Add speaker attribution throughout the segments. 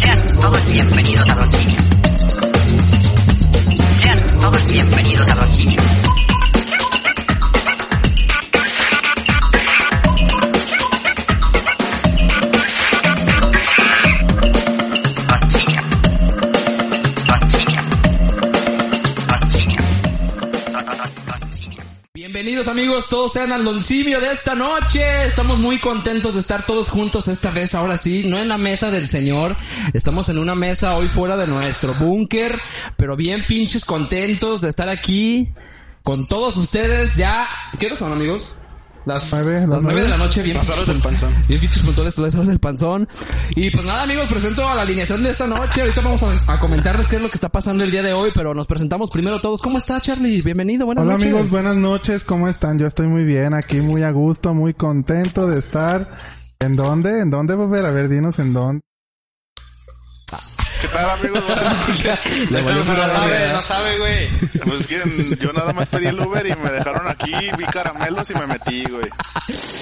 Speaker 1: Sean todos bienvenidos a Broncini. Sean todos bienvenidos a Broncini. Broncini. Broncini. Broncini. Broncini.
Speaker 2: Bienvenidos amigos, todos sean al doncimio de esta noche. Estamos muy contentos de estar todos juntos esta vez, ahora sí, no en la mesa del señor. Estamos en una mesa hoy fuera de nuestro búnker, pero bien pinches contentos de estar aquí con todos ustedes ya. ¿Qué hora son amigos? Las
Speaker 3: Nueve,
Speaker 2: las
Speaker 3: las
Speaker 2: nueve de la noche, bien
Speaker 4: Las horas del panzón.
Speaker 2: Bien pinches puntuales, todas esas horas del panzón. Y pues nada, amigos, presento a la alineación de esta noche. Ahorita vamos a, a comentarles qué es lo que está pasando el día de hoy, pero nos presentamos primero todos. ¿Cómo está, Charlie? Bienvenido, buenas
Speaker 3: Hola
Speaker 2: noches.
Speaker 3: amigos, buenas noches, ¿cómo están? Yo estoy muy bien, aquí muy a gusto, muy contento de estar. ¿En dónde? ¿En dónde, volver A ver, dinos en dónde.
Speaker 4: ¿Qué tal, amigos?
Speaker 2: Le
Speaker 4: Este
Speaker 2: valió
Speaker 4: no
Speaker 2: pura
Speaker 4: sabe,
Speaker 2: madre.
Speaker 4: no sabe, güey. Pues que yo nada más pedí el Uber y me dejaron aquí, vi caramelos y me metí, güey.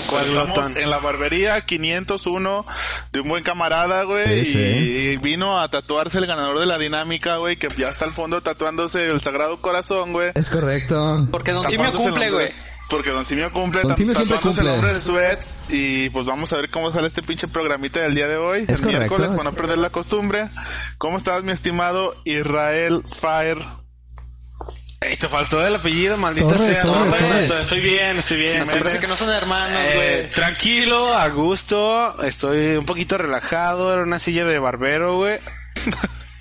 Speaker 4: Cuando estamos en la barbería 501 de un buen camarada, güey,
Speaker 2: Sí, sí.
Speaker 4: y vino a tatuarse el ganador de la dinámica, güey, que ya está al fondo tatuándose el Sagrado Corazón, güey.
Speaker 2: Es correcto.
Speaker 5: Porque Don
Speaker 4: Tapándose
Speaker 5: Simio
Speaker 4: el
Speaker 5: cumple,
Speaker 4: nombre-
Speaker 5: güey.
Speaker 4: Porque Don Simio cumple,
Speaker 2: Don
Speaker 4: ta-
Speaker 2: Simio siempre
Speaker 4: tatuándose el
Speaker 2: cumple.
Speaker 4: nombre de Suets y pues vamos a ver cómo sale este pinche programita del día de hoy, el
Speaker 2: Es correcto,
Speaker 4: miércoles,
Speaker 2: es
Speaker 4: para no perder la costumbre. ¿Cómo estás, mi estimado Israel Fire?
Speaker 6: Ey, te faltó el apellido, maldita
Speaker 3: Torres,
Speaker 6: sea.
Speaker 3: Torres,
Speaker 6: No, güey,
Speaker 2: Torres.
Speaker 6: Estoy, estoy bien, estoy bien.
Speaker 5: Me parece que no son hermanos, güey.
Speaker 6: Eh, tranquilo, a gusto. Estoy un poquito relajado. Era una silla de barbero, güey.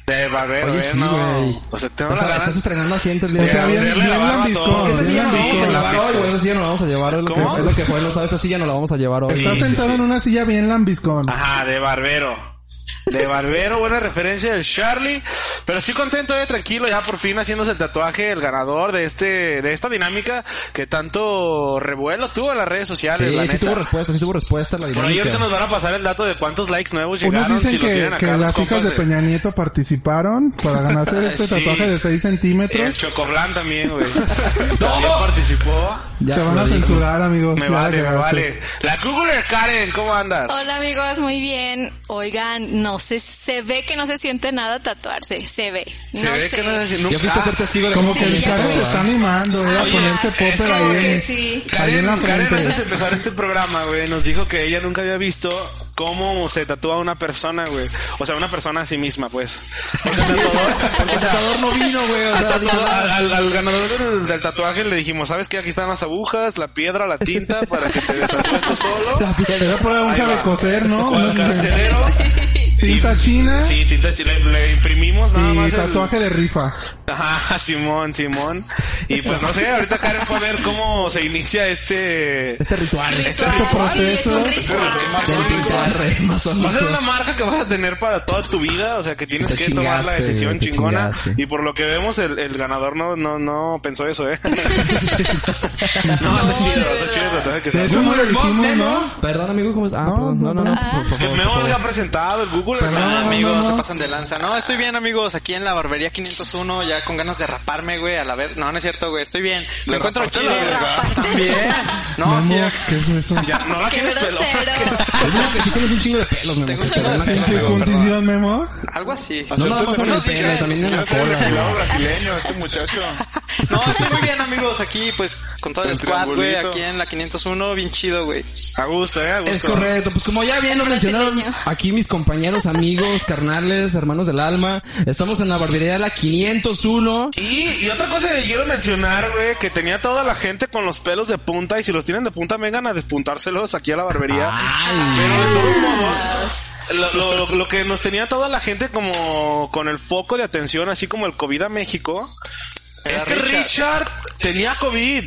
Speaker 6: De barbero,
Speaker 2: Oye,
Speaker 6: eh,
Speaker 2: sí,
Speaker 6: no.
Speaker 2: güey.
Speaker 6: O sea, tengo
Speaker 2: O
Speaker 6: la
Speaker 2: sea,
Speaker 6: ganas-
Speaker 2: estás estrenando asiento el día
Speaker 3: O
Speaker 2: de
Speaker 3: sea,
Speaker 6: Ya,
Speaker 2: hoy.
Speaker 3: bien,
Speaker 6: hacerle la
Speaker 3: bien
Speaker 6: barba a
Speaker 3: lambiscón,
Speaker 6: todos.
Speaker 3: bien
Speaker 2: Esa silla no la vamos
Speaker 3: lambiscón.
Speaker 2: a
Speaker 6: la
Speaker 2: llevar hoy,
Speaker 6: pistola.
Speaker 2: güey. Esa silla no la vamos a llevar hoy. lo que-
Speaker 6: ¿Cómo?
Speaker 2: Es lo que fue, no sabes. Esa silla no la vamos a llevar hoy.
Speaker 3: Está
Speaker 6: Sí, Ah,
Speaker 3: sentado en una silla bien lambiscón.
Speaker 6: Ajá, de barbero. De barbero, buena referencia del Charlie. Pero estoy contento, eh, tranquilo, ya por fin haciéndose el tatuaje, el ganador de este, de esta dinámica que tanto revuelo tuvo en las redes sociales.
Speaker 2: Sí,
Speaker 6: la
Speaker 2: sí
Speaker 6: neta.
Speaker 2: tuvo respuesta, sí tuvo respuesta la
Speaker 6: Por ahí ahorita nos
Speaker 2: dinámica.
Speaker 6: van a pasar el dato de cuántos likes nuevos
Speaker 3: Unos
Speaker 6: llegaron.
Speaker 3: dicen
Speaker 6: si lo
Speaker 3: que,
Speaker 6: tienen acá
Speaker 3: que
Speaker 6: los
Speaker 3: las hijas
Speaker 6: compas
Speaker 3: de Peña Nieto participaron para ganarse este
Speaker 6: Sí. Eh,
Speaker 3: tatuaje de 6
Speaker 6: Y el
Speaker 3: centímetros.
Speaker 6: Chocoblan también, güey. También participó.
Speaker 2: Ya,
Speaker 3: Te van
Speaker 2: lo
Speaker 3: a
Speaker 2: dijo.
Speaker 3: censurar, amigos.
Speaker 6: Me
Speaker 3: Ya pues. la
Speaker 6: vale, me
Speaker 3: cagaste.
Speaker 6: vale. La Google Karen, ¿cómo andas?
Speaker 7: Hola amigos, muy bien. Oigan, no se, se ve que no se siente nada tatuarse, se ve.
Speaker 6: Se
Speaker 7: no
Speaker 6: ve
Speaker 7: sé.
Speaker 6: que no se hace
Speaker 2: Ya
Speaker 6: nunca.
Speaker 2: fuiste a ser testigo de
Speaker 3: Como
Speaker 2: cómo
Speaker 3: que
Speaker 7: Sí,
Speaker 3: el
Speaker 2: comenzó,
Speaker 7: ya
Speaker 3: Charlie se
Speaker 7: sé.
Speaker 2: ¿verdad?
Speaker 3: está animando, era
Speaker 7: Ajá,
Speaker 3: ponerse
Speaker 7: es
Speaker 3: popper
Speaker 7: como
Speaker 3: ahí.
Speaker 7: que
Speaker 3: en-
Speaker 7: sí.
Speaker 3: ahí en
Speaker 6: Karen,
Speaker 3: la frente.
Speaker 6: Karen antes de empezar este programa, güey, nos dijo que ella nunca había visto cómo se tatúa una persona, güey. O sea, una persona a sí misma, pues. Porque el tatuador, o
Speaker 2: El
Speaker 6: sea,
Speaker 2: tatuador no vino, güey. O sea, ah, dijo,
Speaker 6: al, al- al ganador del, del tatuaje le dijimos, ¿sabes qué? Aquí están las agujas, la piedra, la tinta, para que te tatúes tú solo.
Speaker 3: Era por
Speaker 6: Ahí
Speaker 3: aguja
Speaker 6: va.
Speaker 3: de coser, ¿no?
Speaker 6: O al
Speaker 3: Unos-
Speaker 6: carcelero.
Speaker 3: Tinta china
Speaker 6: Sí, tinta china. Le, le imprimimos nada
Speaker 3: y
Speaker 6: más el-
Speaker 3: tatuaje de rifa.
Speaker 6: Ajá, Simón, Simón. Y pues no sé, ahorita Karen fue a ver cómo se inicia este...
Speaker 2: Este ritual.
Speaker 7: Ritual,
Speaker 2: Este
Speaker 7: sí, es un
Speaker 3: proceso.
Speaker 7: ritual.
Speaker 2: ritual re-
Speaker 6: Va a ser
Speaker 2: masónico.
Speaker 6: una marca que vas a tener para toda tu vida, o sea que tienes
Speaker 2: Te
Speaker 6: que tomar la
Speaker 2: chingaste,
Speaker 6: decisión
Speaker 2: te
Speaker 6: chingona.
Speaker 2: chingaste.
Speaker 6: Y por lo que vemos, el, el ganador no, no, no pensó eso, ¿eh? no,
Speaker 7: No,
Speaker 6: está chido,
Speaker 7: de
Speaker 6: está chido el
Speaker 7: verdad.
Speaker 6: tatuaje que se
Speaker 3: De
Speaker 6: hace.
Speaker 3: hecho, no lo dijimos,
Speaker 2: Monte,
Speaker 3: ¿no?
Speaker 2: Perdón, amigo, ¿cómo estás? Ah,
Speaker 3: No,
Speaker 2: perdón. No, no,
Speaker 3: no,
Speaker 2: no.
Speaker 3: no.
Speaker 2: por favor,
Speaker 6: Que
Speaker 2: por
Speaker 6: me
Speaker 2: favor.
Speaker 6: ha presentado el Google.
Speaker 5: Ah,
Speaker 6: hermano.
Speaker 5: amigos,
Speaker 3: no, no.
Speaker 5: se pasan de lanza. No, estoy bien, amigos. Aquí en la barbería 501, ya con ganas de raparme, güey. A la ver, no, no es cierto, güey. Estoy bien. Me encuentro chido,
Speaker 7: la
Speaker 5: güey.
Speaker 7: verga.
Speaker 5: También. No,
Speaker 3: Memo,
Speaker 5: sí,
Speaker 3: ¿qué es eso?
Speaker 6: Ya, no la
Speaker 7: Qué
Speaker 6: tienes pelón.
Speaker 7: grosero.
Speaker 2: Es como que sí tienes un chingo de pelos, me
Speaker 5: Tengo
Speaker 2: gusta,
Speaker 5: un
Speaker 2: pero
Speaker 5: chingo de
Speaker 2: no-
Speaker 3: Circuncisión, Memo.
Speaker 5: algo así.
Speaker 2: No nada más en el pelo, también en
Speaker 4: Ya
Speaker 2: la
Speaker 4: está el
Speaker 2: cola.
Speaker 4: depilado brasileño, este muchacho.
Speaker 5: No, estoy muy bien, amigos. Aquí, pues, con todo el,
Speaker 4: El
Speaker 5: squad, güey.
Speaker 4: triangulito.
Speaker 5: Aquí en la 501, bien chido, güey.
Speaker 6: A gusto, eh, a gusto.
Speaker 2: Es correcto, pues como ya bien lo mencionaron
Speaker 7: Brasileño.
Speaker 2: aquí mis compañeros, amigos, carnales, hermanos del alma, estamos en la barbería de la 501.
Speaker 6: Y, y otra cosa que quiero mencionar, güey, que tenía toda la gente con los pelos de punta y si los tienen de punta vengan a despuntárselos aquí a la barbería. Pero de todos modos, lo, lo- lo- lo que nos tenía toda la gente como con el foco de atención, así como el COVID a México,
Speaker 5: Era
Speaker 6: es que
Speaker 5: Richard.
Speaker 6: Richard tenía COVID.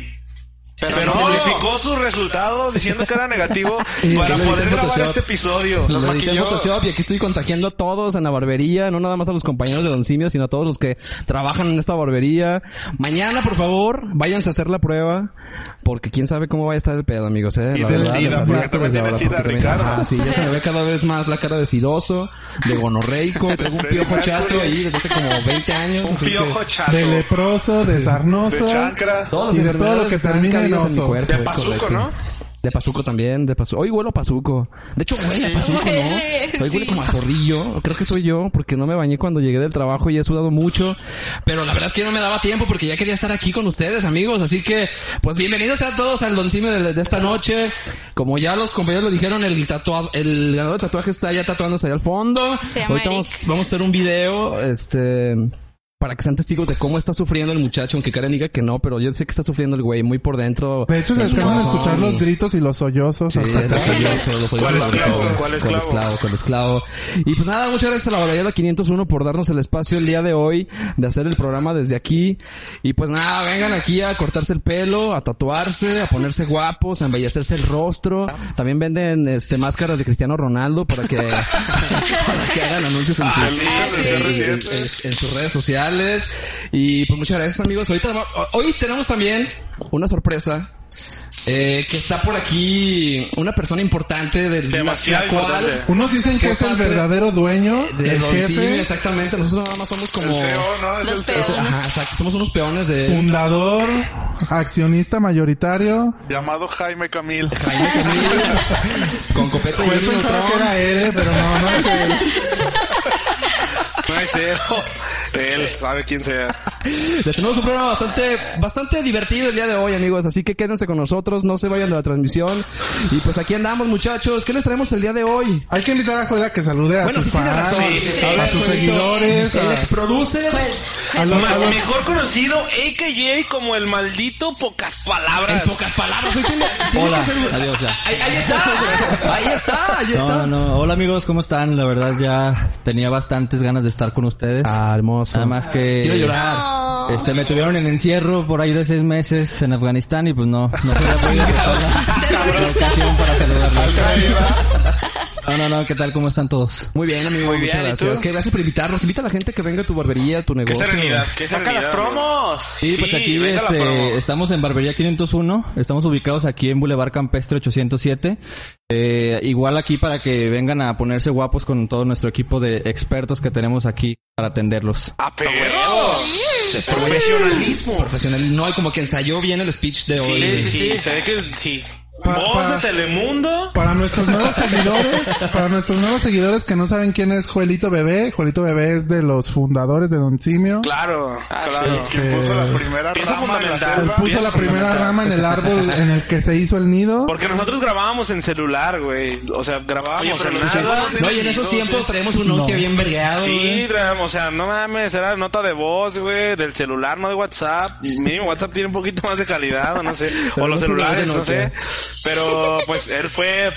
Speaker 6: Pero,
Speaker 5: Pero no.
Speaker 6: modificó su resultado diciendo que era negativo
Speaker 2: Y
Speaker 6: para
Speaker 2: yo le
Speaker 6: poder
Speaker 2: dije
Speaker 6: grabar
Speaker 2: Photoshop.
Speaker 6: este episodio.
Speaker 4: pues
Speaker 2: Los
Speaker 5: Los
Speaker 2: maquilló.
Speaker 5: maquilló.
Speaker 2: Photoshop y aquí estoy contagiando a todos en la barbería, no nada más a los compañeros de Don Simio, sino a todos los que trabajan en esta barbería. Mañana, por favor, váyanse a hacer la prueba, porque quién sabe cómo va a estar el pedo, amigos, eh.
Speaker 4: Y
Speaker 2: La
Speaker 4: del
Speaker 2: verdad,
Speaker 4: SIDA,
Speaker 2: les
Speaker 4: porque
Speaker 2: advierto
Speaker 4: también
Speaker 2: desde
Speaker 4: tiene
Speaker 2: ahora, porque
Speaker 4: SIDA,
Speaker 2: también-
Speaker 4: Ricardo.
Speaker 2: Ajá, sí, ya se me ve cada vez más la cara de sidoso, de gonorreico, tengo un
Speaker 4: Freddy
Speaker 2: piojo chato
Speaker 4: Mercury.
Speaker 2: ahí desde hace como 20 años.
Speaker 6: Un
Speaker 2: así que
Speaker 6: piojo chato.
Speaker 3: De leproso, de sarnoso.
Speaker 4: De chancra.
Speaker 2: todas las
Speaker 3: Y de todo
Speaker 2: enfermedades
Speaker 3: lo que
Speaker 2: están
Speaker 3: termina
Speaker 2: cabidas
Speaker 3: en
Speaker 2: mi
Speaker 3: oso.
Speaker 2: cuerpo,
Speaker 6: De
Speaker 2: es
Speaker 6: Pazuco,
Speaker 2: correcto.
Speaker 6: ¿no?
Speaker 2: De Pazuco también, de Pazuco. Hoy huelo a Pazuco. De hecho, huele a Pazuco, ¿no?
Speaker 7: Huele,
Speaker 2: Hoy huele
Speaker 7: sí.
Speaker 2: como a zorrillo. Creo que soy yo, porque no me bañé cuando llegué del trabajo y he sudado mucho. Pero la verdad es que no me daba tiempo porque ya quería estar aquí con ustedes, amigos. Así que, pues bienvenidos a todos al Don Cime de, de esta noche. Como ya los compañeros lo dijeron, el tatuado, el ganador de tatuaje está ya tatuándose allá al fondo.
Speaker 7: Se llama
Speaker 2: Ahorita
Speaker 7: Eric.
Speaker 2: vamos, vamos a hacer un video, este, para que sean testigos de cómo está sufriendo el muchacho, aunque Karen diga que no, pero yo sé que está sufriendo el güey muy por dentro.
Speaker 3: De hecho, se esperan
Speaker 7: No.
Speaker 3: escuchar los gritos y los sollozos.
Speaker 2: Sí,
Speaker 3: hasta
Speaker 2: los
Speaker 3: acá.
Speaker 2: odiosos, los
Speaker 6: ¿Cuál
Speaker 2: odiosos sobre
Speaker 6: esclavo?
Speaker 2: todo.
Speaker 6: ¿Cuál
Speaker 2: Con
Speaker 6: esclavo?
Speaker 2: esclavo, con esclavo. Y pues nada, muchas gracias a la Barbería La 501 por darnos el espacio el día de hoy de hacer el programa desde aquí. Y pues nada, vengan aquí a cortarse el pelo, a tatuarse, a ponerse guapos, a embellecerse el rostro. También venden este máscaras de Cristiano Ronaldo para que, para que hagan anuncios
Speaker 6: Ah,
Speaker 2: en sus,
Speaker 4: sí,
Speaker 7: sí,
Speaker 2: en-
Speaker 4: sí.
Speaker 2: en- en sus redes sociales. Y pues muchas gracias amigos. Ahorita, va- hoy tenemos también una sorpresa eh, que está por aquí una persona importante del
Speaker 6: Demasiado
Speaker 2: la cual-
Speaker 6: importante.
Speaker 3: Unos dicen que es el
Speaker 2: Jefatura.
Speaker 3: verdadero dueño,
Speaker 2: De
Speaker 3: el
Speaker 2: Don Simio,
Speaker 3: jefe,
Speaker 2: exactamente. Nosotros nada más somos
Speaker 4: El
Speaker 2: como.
Speaker 4: CEO, ¿no? Es
Speaker 7: Los
Speaker 4: el E CEO.
Speaker 7: peones.
Speaker 2: Ajá, exacto. Somos unos peones de.
Speaker 3: fundador, accionista mayoritario.
Speaker 5: E
Speaker 4: Llamado Jaime Camil.
Speaker 2: Jaime Camil, con copete y
Speaker 3: Yo
Speaker 2: un
Speaker 3: pensaba que era él, pero no, no.
Speaker 6: No hay cero. Él sabe quién sea.
Speaker 2: Les tenemos un programa bastante, bastante divertido el día de hoy, amigos. Así que quédense con nosotros, no se vayan de la transmisión. Y pues aquí andamos, muchachos. ¿Qué les traemos el día de hoy?
Speaker 3: Hay que invitar a Joder que salude a
Speaker 2: Bueno,
Speaker 3: sus
Speaker 2: sí tiene
Speaker 3: fans,
Speaker 2: razón.
Speaker 7: sí,
Speaker 3: a
Speaker 7: sí.
Speaker 3: sus seguidores,
Speaker 2: El
Speaker 3: a,
Speaker 2: exproducer.
Speaker 3: a los, a
Speaker 6: Ma-
Speaker 3: los-
Speaker 6: mejor conocido AKJ como el maldito pocas
Speaker 2: En
Speaker 6: palabras.
Speaker 2: pocas palabras, hoy tiene, tiene
Speaker 8: Hola,
Speaker 2: que ser un-
Speaker 8: adiós, ya.
Speaker 2: Ahí, ahí está, ahí está, ahí está.
Speaker 8: No, no. Hola amigos, ¿cómo están? La verdad ya tenía bastantes ganas de estar con ustedes.
Speaker 2: Ah, hermoso.
Speaker 8: Nada más que...
Speaker 2: Quiero llorar.
Speaker 7: No.
Speaker 8: Este, me tuvieron en encierro por ahí de seis meses en Afganistán y pues no, no hubiera podido pasar la- la ocasión para saludarlos. No, no, no, ¿qué tal? ¿Cómo están todos?
Speaker 2: Muy bien, amigo.
Speaker 5: Muy bien,
Speaker 2: muchas
Speaker 5: ¿y tú?
Speaker 2: gracias. Que gracias por invitarnos. Invita a la gente que venga a tu barbería, a tu
Speaker 6: Qué
Speaker 2: negocio.
Speaker 6: serenidad. Qué
Speaker 5: Saca las
Speaker 6: serenidad,
Speaker 5: promos.
Speaker 8: Sí, pues
Speaker 6: Sí,
Speaker 8: aquí
Speaker 6: venga la promo.
Speaker 8: este, estamos en Barbería 501, estamos ubicados aquí en Boulevard Campestre 807. Eh, igual aquí para que vengan a ponerse guapos con todo nuestro equipo de expertos que tenemos aquí para atenderlos.
Speaker 6: ¡A perro! Profesionalismo.
Speaker 2: Profesional. No, y como que ensayó bien el speech de hoy.
Speaker 6: Sí, sí, sí. Se ve que sí.
Speaker 3: Pa-
Speaker 6: Voz
Speaker 3: pa-
Speaker 6: de Telemundo.
Speaker 3: para nuestros nuevos seguidores, para nuestros nuevos seguidores que no saben quién es Joelito Bebé, Joelito Bebé es de los fundadores de Don Simio.
Speaker 6: Claro.
Speaker 5: Ah,
Speaker 4: Claro,
Speaker 8: este.
Speaker 4: quien puso la primera
Speaker 6: Pieza
Speaker 4: rama en la
Speaker 6: fundamental.
Speaker 3: Él
Speaker 4: selva.
Speaker 3: puso la primera rama en el árbol en el que se hizo el nido.
Speaker 6: Porque nosotros grabábamos en celular, güey. O sea,
Speaker 5: Oye,
Speaker 6: grabábamos
Speaker 5: pero
Speaker 6: en
Speaker 5: los
Speaker 6: nada.
Speaker 2: No, y en esos tiempos traemos un Nokia bien vergueado.
Speaker 6: Sí,
Speaker 2: güey.
Speaker 6: tra- o sea, no mames, era nota de voz, güey, del celular, no de WhatsApp. Mínimo WhatsApp tiene un poquito más de calidad, o no sé, o los
Speaker 2: no es un
Speaker 6: celulares,
Speaker 2: radio
Speaker 6: no sé.
Speaker 2: Nokia.
Speaker 6: Pero pues él fue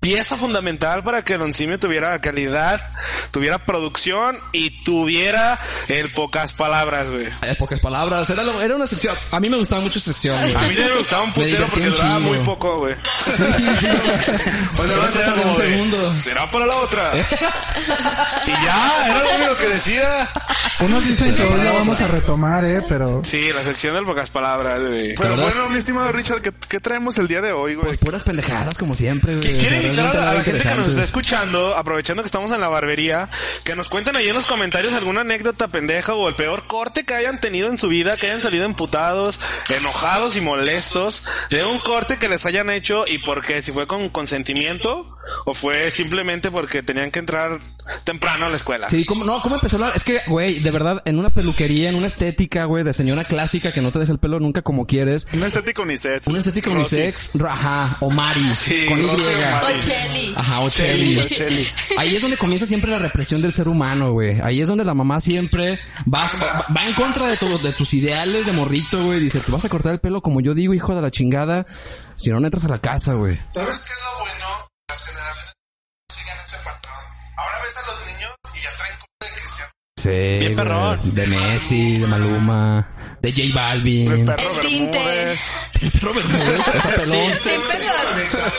Speaker 6: pieza fundamental para que Don Simio tuviera calidad, tuviera producción y tuviera el pocas palabras, güey.
Speaker 2: Eh, Pocas palabras. Era, lo- era una sección. A mí me gustaba mucho esa sección, güey.
Speaker 6: A mí me gustaba un
Speaker 2: Me
Speaker 6: putero
Speaker 2: divertí
Speaker 6: porque
Speaker 2: un
Speaker 6: duraba
Speaker 2: chingo.
Speaker 6: muy poco, güey.
Speaker 2: Sí, sí.
Speaker 6: Bueno,
Speaker 2: Era
Speaker 6: no sé,
Speaker 2: cosa de un
Speaker 6: como de,
Speaker 2: segundo.
Speaker 6: Será para la otra. y ya, era lo único que decía.
Speaker 3: Unos dicen que hoy lo vamos a retomar, eh, pero
Speaker 6: Sí, la sección del pocas palabras, güey.
Speaker 4: Pero
Speaker 2: ¿Verdad?
Speaker 4: bueno, mi estimado Richard, ¿qué, qué traemos el día de hoy, güey?
Speaker 2: Pues Puras pendejadas, como siempre, güey.
Speaker 6: Que quiero
Speaker 2: La verdad,
Speaker 6: invitar
Speaker 2: no
Speaker 6: a
Speaker 2: está
Speaker 6: la, a
Speaker 2: nada
Speaker 6: la gente que nos está
Speaker 2: interesante.
Speaker 6: escuchando, aprovechando que estamos en la barbería, que nos cuenten ahí en los comentarios alguna anécdota pendeja o el peor corte que hayan tenido en su vida, que hayan salido emputados, enojados y molestos de un corte que les hayan hecho y por qué, si fue con consentimiento o fue simplemente porque tenían que entrar temprano a la escuela.
Speaker 2: Sí, ¿cómo, no, ¿cómo empezó la...? Es que, güey, de verdad, en una peluquería, en una estética, güey, de señora clásica que no te deja el pelo nunca como quieres.
Speaker 4: Un estético unisex.
Speaker 2: Una estética unisex, ra- ajá, o Mari, con Y.
Speaker 6: Rosy o Mari.
Speaker 7: O Chelly.
Speaker 2: Ajá, o Chelly. Ahí es donde comienza siempre la represión del ser humano, güey. Ahí es donde la mamá siempre va, va- va en contra de, tu- de tus ideales de morrito, güey. Dice, te vas a cortar el pelo como yo digo, hijo de la chingada. Si no, no entras a la casa, güey.
Speaker 9: ¿Sabes qué es lo bueno? Las generaciones siguen ese patrón. Ahora ves a los niños y ya traen como de cristiano.
Speaker 2: Sí, sé.
Speaker 5: Bien
Speaker 2: güey,
Speaker 5: perrón.
Speaker 2: De Messi, de Maluma, de J
Speaker 4: El
Speaker 2: Balvin.
Speaker 4: perro
Speaker 7: El tinte.
Speaker 4: Bermúdez.
Speaker 2: Robert Mueller, está pelón.
Speaker 7: Bien pelón.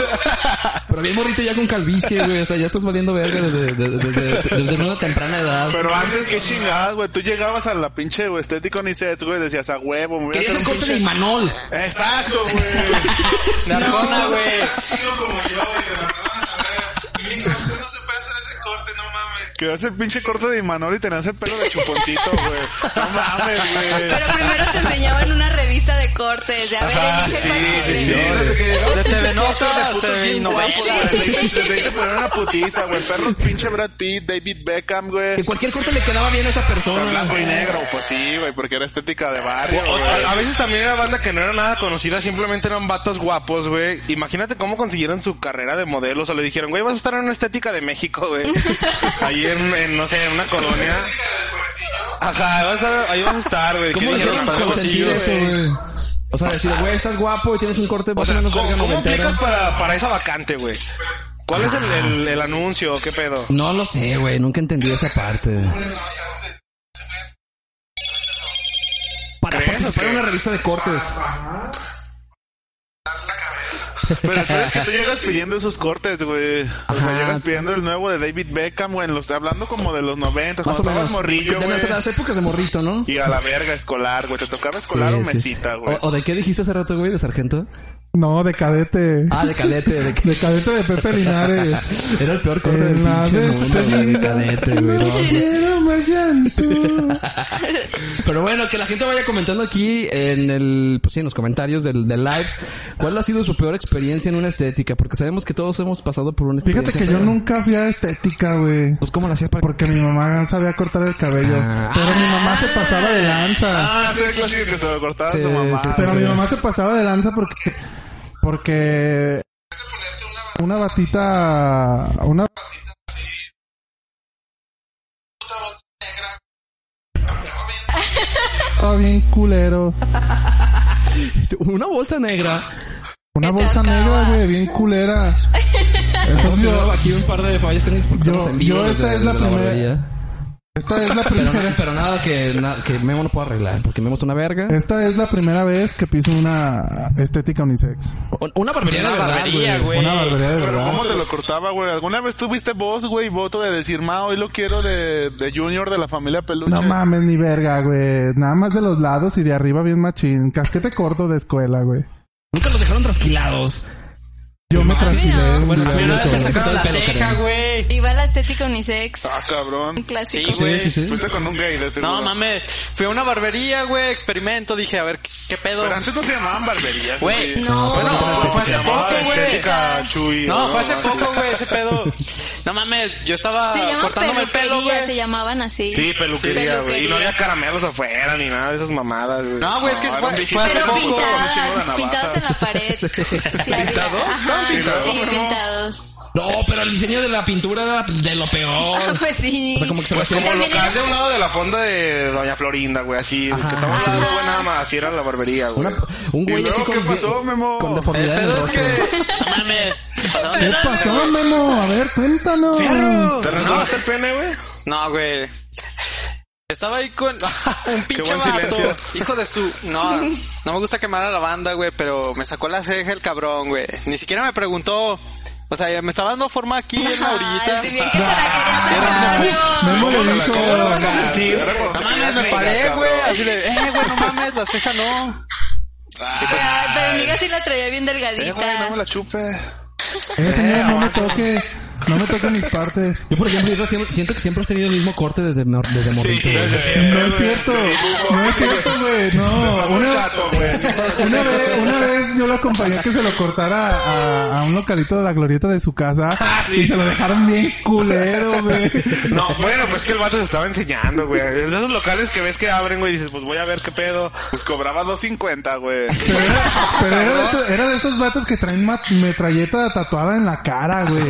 Speaker 2: Pero bien morrito ya con calvicie, güey. O sea, ya estás valiendo verga desde, desde, desde- desde una temprana edad.
Speaker 4: Pero antes, qué chingadas, güey. Tú llegabas a la pinche güey, estético ni sets, güey. Decías, a huevo, me voy a
Speaker 2: Querías
Speaker 4: hacer
Speaker 2: el
Speaker 4: un
Speaker 2: corte de
Speaker 4: pinche...
Speaker 2: Imanol.
Speaker 4: Exacto, güey.
Speaker 5: Narcona, güey.
Speaker 6: como yo, güey. No se puede hacer ese corte, no mames.
Speaker 4: Querías el pinche corte de Imanol y tenías el pelo de chuponcito, güey. No mames, güey.
Speaker 7: Pero primero te enseñaban una revista de cortes. De a ver,
Speaker 4: Ah,
Speaker 7: elige
Speaker 4: sí,
Speaker 7: cuál
Speaker 4: sí,
Speaker 7: quieres.
Speaker 4: sí. Desde que llegaba
Speaker 5: De
Speaker 4: el pinche
Speaker 5: TV Notas,
Speaker 4: corte de putos
Speaker 5: TV
Speaker 4: bien
Speaker 5: Innovación.
Speaker 4: guapos, güey.
Speaker 7: Sí.
Speaker 4: Desde ahí te ponían una putiza, güey. Perros pinche Brad Pitt, David Beckham,
Speaker 2: Que
Speaker 4: güey.
Speaker 2: cualquier corte le quedaba bien a esa persona.
Speaker 4: Blanco y
Speaker 2: güey.
Speaker 4: negro, pues sí, güey, porque era estética de barrio,
Speaker 6: O- o-
Speaker 4: güey.
Speaker 6: a, a veces también era banda que no era nada conocida, simplemente eran vatos guapos, güey. Imagínate cómo consiguieron su carrera de modelo. O sea, le dijeron, güey, vas a estar en una estética de México, güey. Ahí en, en, no sé, en una colonia. Ajá, vas a- ahí vas a estar, güey.
Speaker 2: ¿Cómo
Speaker 6: ¿Qué
Speaker 2: le
Speaker 6: dijeron?
Speaker 2: hicieron
Speaker 6: Para algo así,
Speaker 2: consentir eso,
Speaker 6: güey.
Speaker 2: güey? O sea, decir, güey, estás guapo y tienes un corte
Speaker 6: O
Speaker 2: más o,
Speaker 6: sea,
Speaker 2: menos
Speaker 6: ¿cómo,
Speaker 2: verga
Speaker 6: cómo
Speaker 2: noventero.
Speaker 6: aplicas para, para esa vacante, güey? ¿Cuál es el, el- el anuncio? ¿Qué pedo?
Speaker 2: No lo sé, güey. Nunca entendí esa parte. Para
Speaker 4: ¿Crees
Speaker 2: participar en
Speaker 4: que- Ah,
Speaker 2: una revista de cortes.
Speaker 4: Pero el peor es que tú llegas pidiendo esos cortes, güey. O sea,
Speaker 2: Ajá.
Speaker 4: llegas pidiendo el nuevo de David Beckham, güey. en los- Hablando como de los
Speaker 2: Más
Speaker 4: 90, cuando
Speaker 2: o menos.
Speaker 4: estabas morrillo,
Speaker 2: de
Speaker 4: güey.
Speaker 2: nuestras épocas de morrito, ¿no?
Speaker 4: Y a la verga escolar, güey. Te tocaba escolar o
Speaker 2: Sí, sí, sí.
Speaker 4: mesita, güey.
Speaker 2: ¿O, o de qué dijiste hace rato, güey? ¿De sargento?
Speaker 3: No, de cadete.
Speaker 2: Ah, de cadete. De...
Speaker 3: De cadete de Pepe Linares.
Speaker 2: Era el peor corte
Speaker 3: En
Speaker 2: del
Speaker 3: la
Speaker 2: pinche mundo, güey, de
Speaker 3: despedida.
Speaker 2: cadete, güey. no.
Speaker 3: Quiero más llanto.
Speaker 2: Pero bueno, que la gente vaya comentando aquí en el, pues sí, en los comentarios del, del live, cuál ha sido su peor experiencia en una estética, porque sabemos que todos hemos pasado por una experiencia.
Speaker 3: Fíjate que yo
Speaker 2: fea.
Speaker 3: nunca fui a estética, güey.
Speaker 2: Pues cómo la hacía para
Speaker 3: Porque mi mamá sabía cortar el cabello.
Speaker 2: Ah.
Speaker 3: Pero mi mamá se pasaba de lanza.
Speaker 4: Ah, sí, el clásico que se lo cortaba
Speaker 2: Sí,
Speaker 4: su mamá.
Speaker 2: sí, sí.
Speaker 3: Pero mi mamá se pasaba de lanza porque... Porque... Una batita... Una... Ah, bien culero.
Speaker 2: una bolsa negra.
Speaker 3: Una
Speaker 7: Te
Speaker 3: bolsa
Speaker 7: tocaba.
Speaker 3: negra, güey, bien culera. Entonces yo,
Speaker 2: aquí un par de fallas técnicas porque
Speaker 3: Yo-
Speaker 2: estamos en vivo
Speaker 3: yo esa
Speaker 2: desde-
Speaker 3: es la
Speaker 2: desde
Speaker 3: primera-
Speaker 2: barbería.
Speaker 3: esta es la
Speaker 2: Pero, no-
Speaker 3: primera...
Speaker 2: pero nada que, na- que Memo no pueda arreglar, porque Memo es una verga.
Speaker 3: Esta es la primera vez que piso una estética unisex.
Speaker 2: O- Una barbería de
Speaker 5: Una
Speaker 2: verdad,
Speaker 5: barbería,
Speaker 2: güey.
Speaker 5: güey.
Speaker 3: Una barbaridad de
Speaker 4: Pero
Speaker 3: verdad.
Speaker 4: ¿cómo te lo cortaba, güey? ¿Alguna vez tuviste voz, güey, voto de decir, ma, hoy lo quiero de, de Junior de la familia Peluche?
Speaker 3: No mames, ni verga, güey. Nada más de los lados y de arriba bien machín. Casquete corto de escuela, güey.
Speaker 2: Nunca los dejaron trasquilados.
Speaker 3: Yo me trasquilé. un
Speaker 2: Bueno,
Speaker 3: día
Speaker 2: a mí
Speaker 3: de
Speaker 2: una vez me
Speaker 3: todo.
Speaker 2: sacaron la ceja,
Speaker 5: Deja,
Speaker 2: güey.
Speaker 5: güey.
Speaker 7: Iba a la estética unisex.
Speaker 4: Ah,
Speaker 7: Un
Speaker 4: cabrón.
Speaker 7: clásico.
Speaker 5: Sí,
Speaker 2: Sí, sí, sí.
Speaker 4: Fuiste con un gay, de seguro.
Speaker 5: No mames, fui a una barbería, güey, experimento, dije, a ver qué, qué pedo.
Speaker 4: Pero antes no se llamaban barberías,
Speaker 5: Güey,
Speaker 7: No, este
Speaker 4: Bueno,
Speaker 6: este
Speaker 7: no,
Speaker 4: fue hace
Speaker 7: no,
Speaker 4: poco,
Speaker 7: estética.
Speaker 4: estética, Chuy.
Speaker 5: No, fue hace
Speaker 4: mames.
Speaker 5: poco, güey, ese pedo. No mames, yo estaba
Speaker 7: Se llaman
Speaker 5: cortándome el pelo,
Speaker 7: peluquería,
Speaker 5: güey.
Speaker 7: se llamaban así.
Speaker 6: Sí, peluquería, güey. Y no había caramelos Ah, afuera ni nada de esas mamadas, güey.
Speaker 5: No, güey, es que
Speaker 4: No,
Speaker 5: fue,
Speaker 4: eran
Speaker 5: fue hace
Speaker 7: Pero
Speaker 4: digital.
Speaker 5: poco.
Speaker 4: chingo de
Speaker 7: pintadas,
Speaker 4: navaja.
Speaker 7: pintadas en la pared. Sí, había.
Speaker 4: ¿Pintados?
Speaker 7: Ajá,
Speaker 4: ¿Estaban pintados?
Speaker 7: Sí,
Speaker 4: ¿Cómo no?
Speaker 7: pintados.
Speaker 2: No, pero el diseño de la pintura era de lo peor.
Speaker 7: Ah, pues sí.
Speaker 2: O sea, como que se lo hacían-
Speaker 6: Como
Speaker 7: También
Speaker 6: local
Speaker 7: era-
Speaker 6: de un lado de la fonda de Doña Florinda, güey, así.
Speaker 2: Ajá.
Speaker 6: que estamos
Speaker 7: Ajá.
Speaker 6: hablando, güey, nada más. Así era la barbería, güey.
Speaker 2: Una- un
Speaker 4: ¿Y
Speaker 2: güey
Speaker 4: luego
Speaker 2: así
Speaker 4: qué
Speaker 2: con,
Speaker 4: pasó, Memo?
Speaker 2: con
Speaker 5: El
Speaker 2: deformidad en el
Speaker 5: pedo es
Speaker 2: rostro.
Speaker 5: que. No mames, se pasaron
Speaker 3: ¿Qué
Speaker 5: de lanza,
Speaker 3: pasó,
Speaker 5: güey.
Speaker 3: Memo? A ver, cuéntanos.
Speaker 5: ¡Fierro!
Speaker 6: ¿Te
Speaker 5: No,
Speaker 6: resbalaste el pene, güey?
Speaker 5: No, güey. Estaba ahí con un pinche
Speaker 4: buen
Speaker 5: vato.
Speaker 4: silencio.
Speaker 5: Hijo de su. No, no me gusta quemar a la banda, güey, pero me sacó la ceja el cabrón, güey. Ni siquiera me preguntó. O sea, me estaba dando forma aquí eh, en la orillita.
Speaker 7: Ay, si bien que se la quería sacar.
Speaker 3: Memo le dijo...
Speaker 4: ¿Cómo lo vas a sentir?
Speaker 5: No mames, me paré, güey. Así de, eh, güey, no mames, la ceja no.
Speaker 7: Ay, Pero mi amiga sí la traía bien
Speaker 4: Eh, güey, no me
Speaker 7: delgadita.
Speaker 4: la chupe.
Speaker 3: Eh, señor, no me toque. No me toque mis partes.
Speaker 2: Yo, por ejemplo, yo siento, siento que siempre has tenido el mismo corte desde, mor- desde morrito. Eh, güey.
Speaker 3: No es cierto. No es cierto, güey. No.
Speaker 4: Muy
Speaker 3: Una,
Speaker 4: chato, güey.
Speaker 3: Una vez, una vez yo lo acompañé a que se lo cortara a, a un localito de la glorieta de su casa
Speaker 2: Ah,
Speaker 3: y se lo dejaron bien culero, güey.
Speaker 6: No, bueno, pues es que el vato se estaba enseñando, güey. De esos locales que ves que abren, güey, dices, pues voy a ver qué pedo.
Speaker 4: Pues cobraba 2.50, güey.
Speaker 3: Pero, era, pero era de esos, era de esos vatos que traen ma- metralleta tatuada en la cara, güey.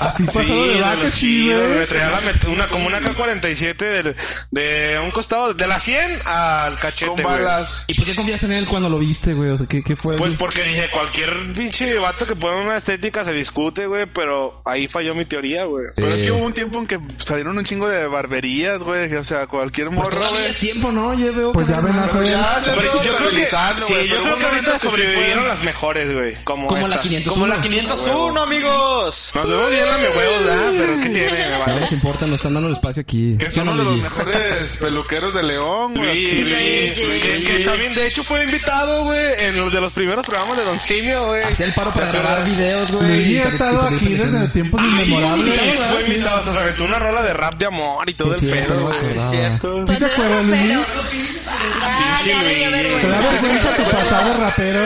Speaker 3: Así
Speaker 6: Sí,
Speaker 3: pasado de
Speaker 6: de
Speaker 3: vaca,
Speaker 6: los
Speaker 3: sí,
Speaker 6: chidos,
Speaker 3: güey.
Speaker 6: güey. Traía la met- una, como una K-47 del- de un costado, de la 100 al
Speaker 4: Con
Speaker 6: cachete, güey.
Speaker 4: balas.
Speaker 2: ¿Y por qué confiaste en él cuando lo viste, güey? O sea, ¿qué, qué fue?
Speaker 6: Pues
Speaker 2: güey?
Speaker 6: porque dije, cualquier pinche vato que ponga una estética se discute, güey, pero ahí falló mi teoría, güey.
Speaker 4: Pero es que hubo un tiempo en que salieron un chingo de barberías, güey. que, O sea, cualquier
Speaker 2: Pues
Speaker 4: morro,
Speaker 2: todavía
Speaker 4: güey.
Speaker 2: es tiempo, ¿no? Yo veo
Speaker 3: Pues
Speaker 2: que-
Speaker 3: ya ven a
Speaker 4: Pero ya se estaba
Speaker 6: Pero yo creo que,
Speaker 4: estabilizando,
Speaker 6: sí,
Speaker 4: güey,
Speaker 6: yo
Speaker 4: pero
Speaker 6: creo
Speaker 4: hubo
Speaker 6: que ahorita
Speaker 4: momentos sí
Speaker 6: sobrevivieron
Speaker 4: fueron-
Speaker 6: las mejores, güey. Como,
Speaker 2: Como
Speaker 6: esta.
Speaker 2: la 500.
Speaker 5: Como la 501, amigos.
Speaker 6: Nos vemos bien a mi huevos, ¿verdad? Pero ¿qué tiene? Me
Speaker 2: No
Speaker 6: vale.
Speaker 2: nos importa, nos están dando el espacio aquí.
Speaker 4: Que
Speaker 2: ¿Sí o
Speaker 4: son
Speaker 2: no,
Speaker 4: uno de los
Speaker 2: Lili?
Speaker 4: mejores peluqueros de León,
Speaker 6: Luis,
Speaker 4: güey.
Speaker 6: Luis,
Speaker 7: Luis.
Speaker 6: que, que también de hecho fue invitado, güey, en los de los primeros programas de Don Silvio, güey.
Speaker 2: Hacía el paro para
Speaker 6: ¿Te acuerdas?
Speaker 2: grabar videos, güey.
Speaker 3: Luis
Speaker 2: y
Speaker 3: ha
Speaker 2: sal- y
Speaker 3: estado
Speaker 2: salir
Speaker 3: aquí
Speaker 2: platicando.
Speaker 3: desde tiempos inmemorables.
Speaker 6: Luis
Speaker 3: ¿Sí
Speaker 6: fue invitado, hasta se aventó una rola de rap de amor y todo
Speaker 2: Sí,
Speaker 6: el
Speaker 2: cierto, no
Speaker 6: pedo.
Speaker 2: Ah. me
Speaker 6: güey.
Speaker 2: acordaba.
Speaker 5: Pues,
Speaker 3: te acuerdas, Luis?
Speaker 7: Ah, ya le dio
Speaker 3: ¿Te da
Speaker 7: vergüenza.
Speaker 3: vergüenza tu pasado rapero?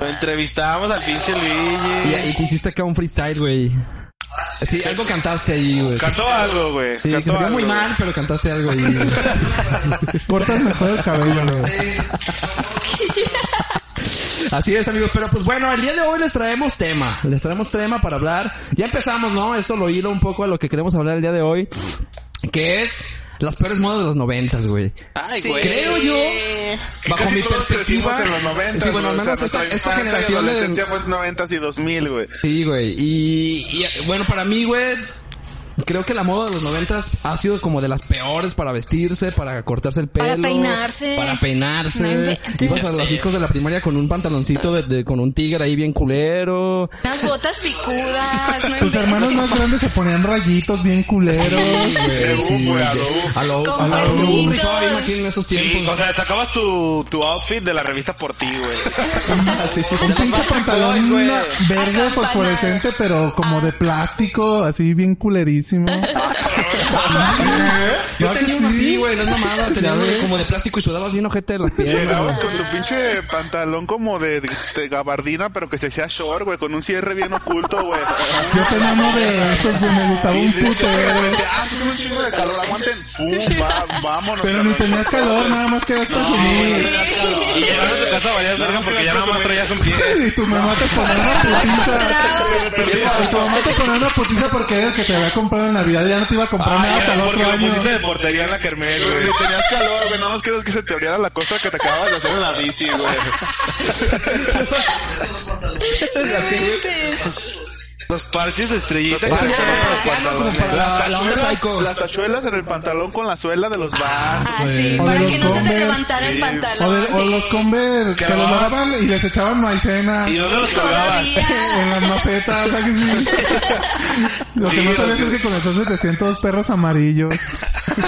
Speaker 6: Lo entrevistábamos al pinche Luigi.
Speaker 2: Y, y te hiciste acá un freestyle, güey. Sí, algo cantaste ahí, güey.
Speaker 6: Cantó algo, güey.
Speaker 2: Sí, que
Speaker 6: Cantó
Speaker 2: salió
Speaker 6: algo.
Speaker 2: muy
Speaker 6: güey.
Speaker 2: mal, pero cantaste algo ahí. güey.
Speaker 3: Cortas mejor el cabello, güey.
Speaker 2: Así es, amigos. Pero pues bueno, el día de hoy les traemos tema. Les traemos tema para hablar. Ya empezamos, ¿no? Esto lo hilo un poco a lo que queremos hablar el día de hoy. Que es las peores modas de los noventas, güey.
Speaker 5: Ay,
Speaker 7: Sí.
Speaker 5: güey.
Speaker 2: Creo yo, bajo
Speaker 4: Casi
Speaker 2: mi
Speaker 4: todos
Speaker 2: perspectiva...
Speaker 4: crecimos en los 90.
Speaker 2: sí, bueno, al menos esta, esta generación
Speaker 4: La
Speaker 2: de-
Speaker 4: adolescencia fue 90 y 2000, güey.
Speaker 2: Sí, güey. Y, y, bueno, para mí, güey, creo que la moda de los noventas ha sido como de las peores para vestirse, para cortarse el pelo.
Speaker 7: Para peinarse.
Speaker 2: Para
Speaker 7: No
Speaker 2: peinarse.
Speaker 7: inventes.
Speaker 2: Ibas a los discos de la primaria con un pantaloncito de, de- con un tigre ahí bien culero.
Speaker 7: Unas botas picudas. no
Speaker 3: Tus hermanos más
Speaker 7: inventes.
Speaker 3: grandes se ponían rayitos bien culeros.
Speaker 4: De
Speaker 2: Sí,
Speaker 4: boom, güey, a
Speaker 2: güey.
Speaker 4: lo boom.
Speaker 2: A lo
Speaker 7: Con
Speaker 2: a lo-
Speaker 7: cuernitos.
Speaker 2: rifaba bien aquí en esos
Speaker 6: Sí, o
Speaker 2: tiempos.
Speaker 6: sea, sacabas tu, tu outfit de la revista por ti, güey.
Speaker 2: Así.
Speaker 3: Un pinche pantalón
Speaker 5: güey.
Speaker 3: una- verde
Speaker 7: Acampanado.
Speaker 3: fosforescente, pero como de plástico, así bien culerísimo.
Speaker 2: Yo
Speaker 3: ¿Verdad que
Speaker 2: tenía uno
Speaker 3: sí?
Speaker 2: así, güey, no es mamada. Tenía
Speaker 3: Ya
Speaker 2: uno
Speaker 3: ves.
Speaker 2: como de plástico y sudabas bien ojete de las piernas.
Speaker 4: Llegabas
Speaker 2: güey.
Speaker 4: con tu pinche pantalón como de, de- de gabardina, pero que se hacía short, güey, con un cierre bien oculto, güey.
Speaker 3: Yo tenía uno de esos, güey, me gustaba
Speaker 4: Y
Speaker 3: un
Speaker 4: decías de
Speaker 3: putero.
Speaker 4: repente, Ah, hace un chingo de calor, aguanten. Fum, va, vámonos.
Speaker 3: Pero ni
Speaker 4: cabrón.
Speaker 3: tenías calor, nada más que presumir.
Speaker 6: Y llegabas a tu casa varias vergas porque ya nada más traías un pie.
Speaker 3: Y tu mamá te ponía una putiza. Y tu mamá te ponía una putiza porque era el que te había comprado en Navidad. Ya no te iba a comprar nada hasta el
Speaker 6: Ah, porque
Speaker 3: otro
Speaker 6: lo
Speaker 3: año.
Speaker 6: pusiste de portería en la Kermel,
Speaker 4: Pero
Speaker 6: güey.
Speaker 4: Ni tenías calor, güey. Nada más quedas que se te abriera la cosa que te acabas de hacer en la bici, güey.
Speaker 6: Los parches de estrellita.
Speaker 4: Los
Speaker 6: que
Speaker 4: parches.
Speaker 6: se echaban para los
Speaker 2: Ya, no, como
Speaker 6: pantalones.
Speaker 2: para la, la onda
Speaker 4: Tachuelas-
Speaker 2: psycho.
Speaker 4: Las tachuelas en el pantalón con la suela de los vans.
Speaker 7: Ah, sí,
Speaker 3: O
Speaker 7: para
Speaker 3: de
Speaker 7: que
Speaker 3: los
Speaker 7: no se te
Speaker 3: Converse.
Speaker 7: levantara el
Speaker 4: Sí.
Speaker 3: O,
Speaker 7: pantalón.
Speaker 3: de- o
Speaker 7: sí.
Speaker 3: los Converse, que los
Speaker 6: lavabas.
Speaker 3: lavaban y les echaban maicena.
Speaker 6: ¿Y dónde los colgabas?
Speaker 7: Todavía.
Speaker 3: en las macetas. o sea que sí. Lo que
Speaker 6: Sí,
Speaker 3: no
Speaker 6: lo
Speaker 3: sabes
Speaker 6: que-
Speaker 3: es que con esos 700 perros amarillos.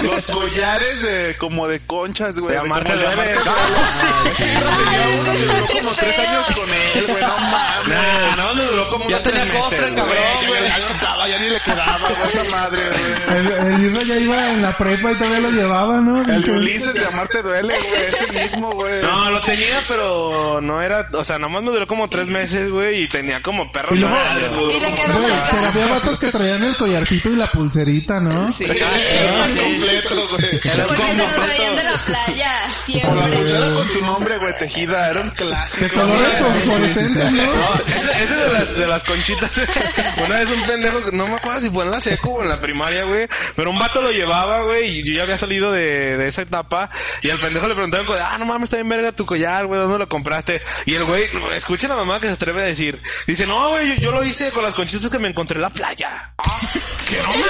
Speaker 4: Los collares de como de conchas, güey.
Speaker 6: De amarte
Speaker 4: como
Speaker 6: de amarte.
Speaker 4: leones, güey. Tenía uno que duró como tres años con él, güey. No mames.
Speaker 6: Nah, no, le duró como
Speaker 5: Ya
Speaker 6: unos
Speaker 5: tenía
Speaker 6: tres meses,
Speaker 5: cofre el
Speaker 6: güey.
Speaker 5: cabrón, güey.
Speaker 4: Ya no estaba, ya ni le quedaba, güey, esa madre, güey.
Speaker 3: El, el Isra ya iba en la prepa y todavía lo llevaba, ¿no?
Speaker 4: El de Ulises de Amarte Duele, güey. Ese mismo, güey.
Speaker 6: No, lo tenía, pero no era, o sea, nomás me duró como tres meses, güey, y tenía como perro.
Speaker 3: Y luego-
Speaker 6: madre, güey.
Speaker 7: Y le quedó
Speaker 3: Güey, pero
Speaker 7: marcado.
Speaker 3: había vatos que traían el collarcito y la pulserita, ¿no?
Speaker 7: Sí.
Speaker 4: Era completo, güey. Era
Speaker 7: Porque se lo traían
Speaker 4: completo.
Speaker 7: de la playa,
Speaker 4: Con la
Speaker 7: siempre.
Speaker 4: pulsera con tu nombre, güey, tejida. Era un
Speaker 3: De
Speaker 4: clásico.
Speaker 3: colores fosforescentes, ¿no?
Speaker 6: Ese, ese de las, de las conchitas. Una vez un pendejo, que- no me acuerdo si fue en la secu o en la primaria, güey. Pero un vato lo llevaba, güey, y yo ya había salido de, de esa etapa. Y al pendejo le preguntaron, ah, no mames, está bien verga tu collar, güey, ¿dónde lo compraste? Y el güey, escucha la mamá que se atreve a decir. Dice, no, güey, yo, yo lo hice con las conchitas que me encontré en la playa. Ah, que no mames,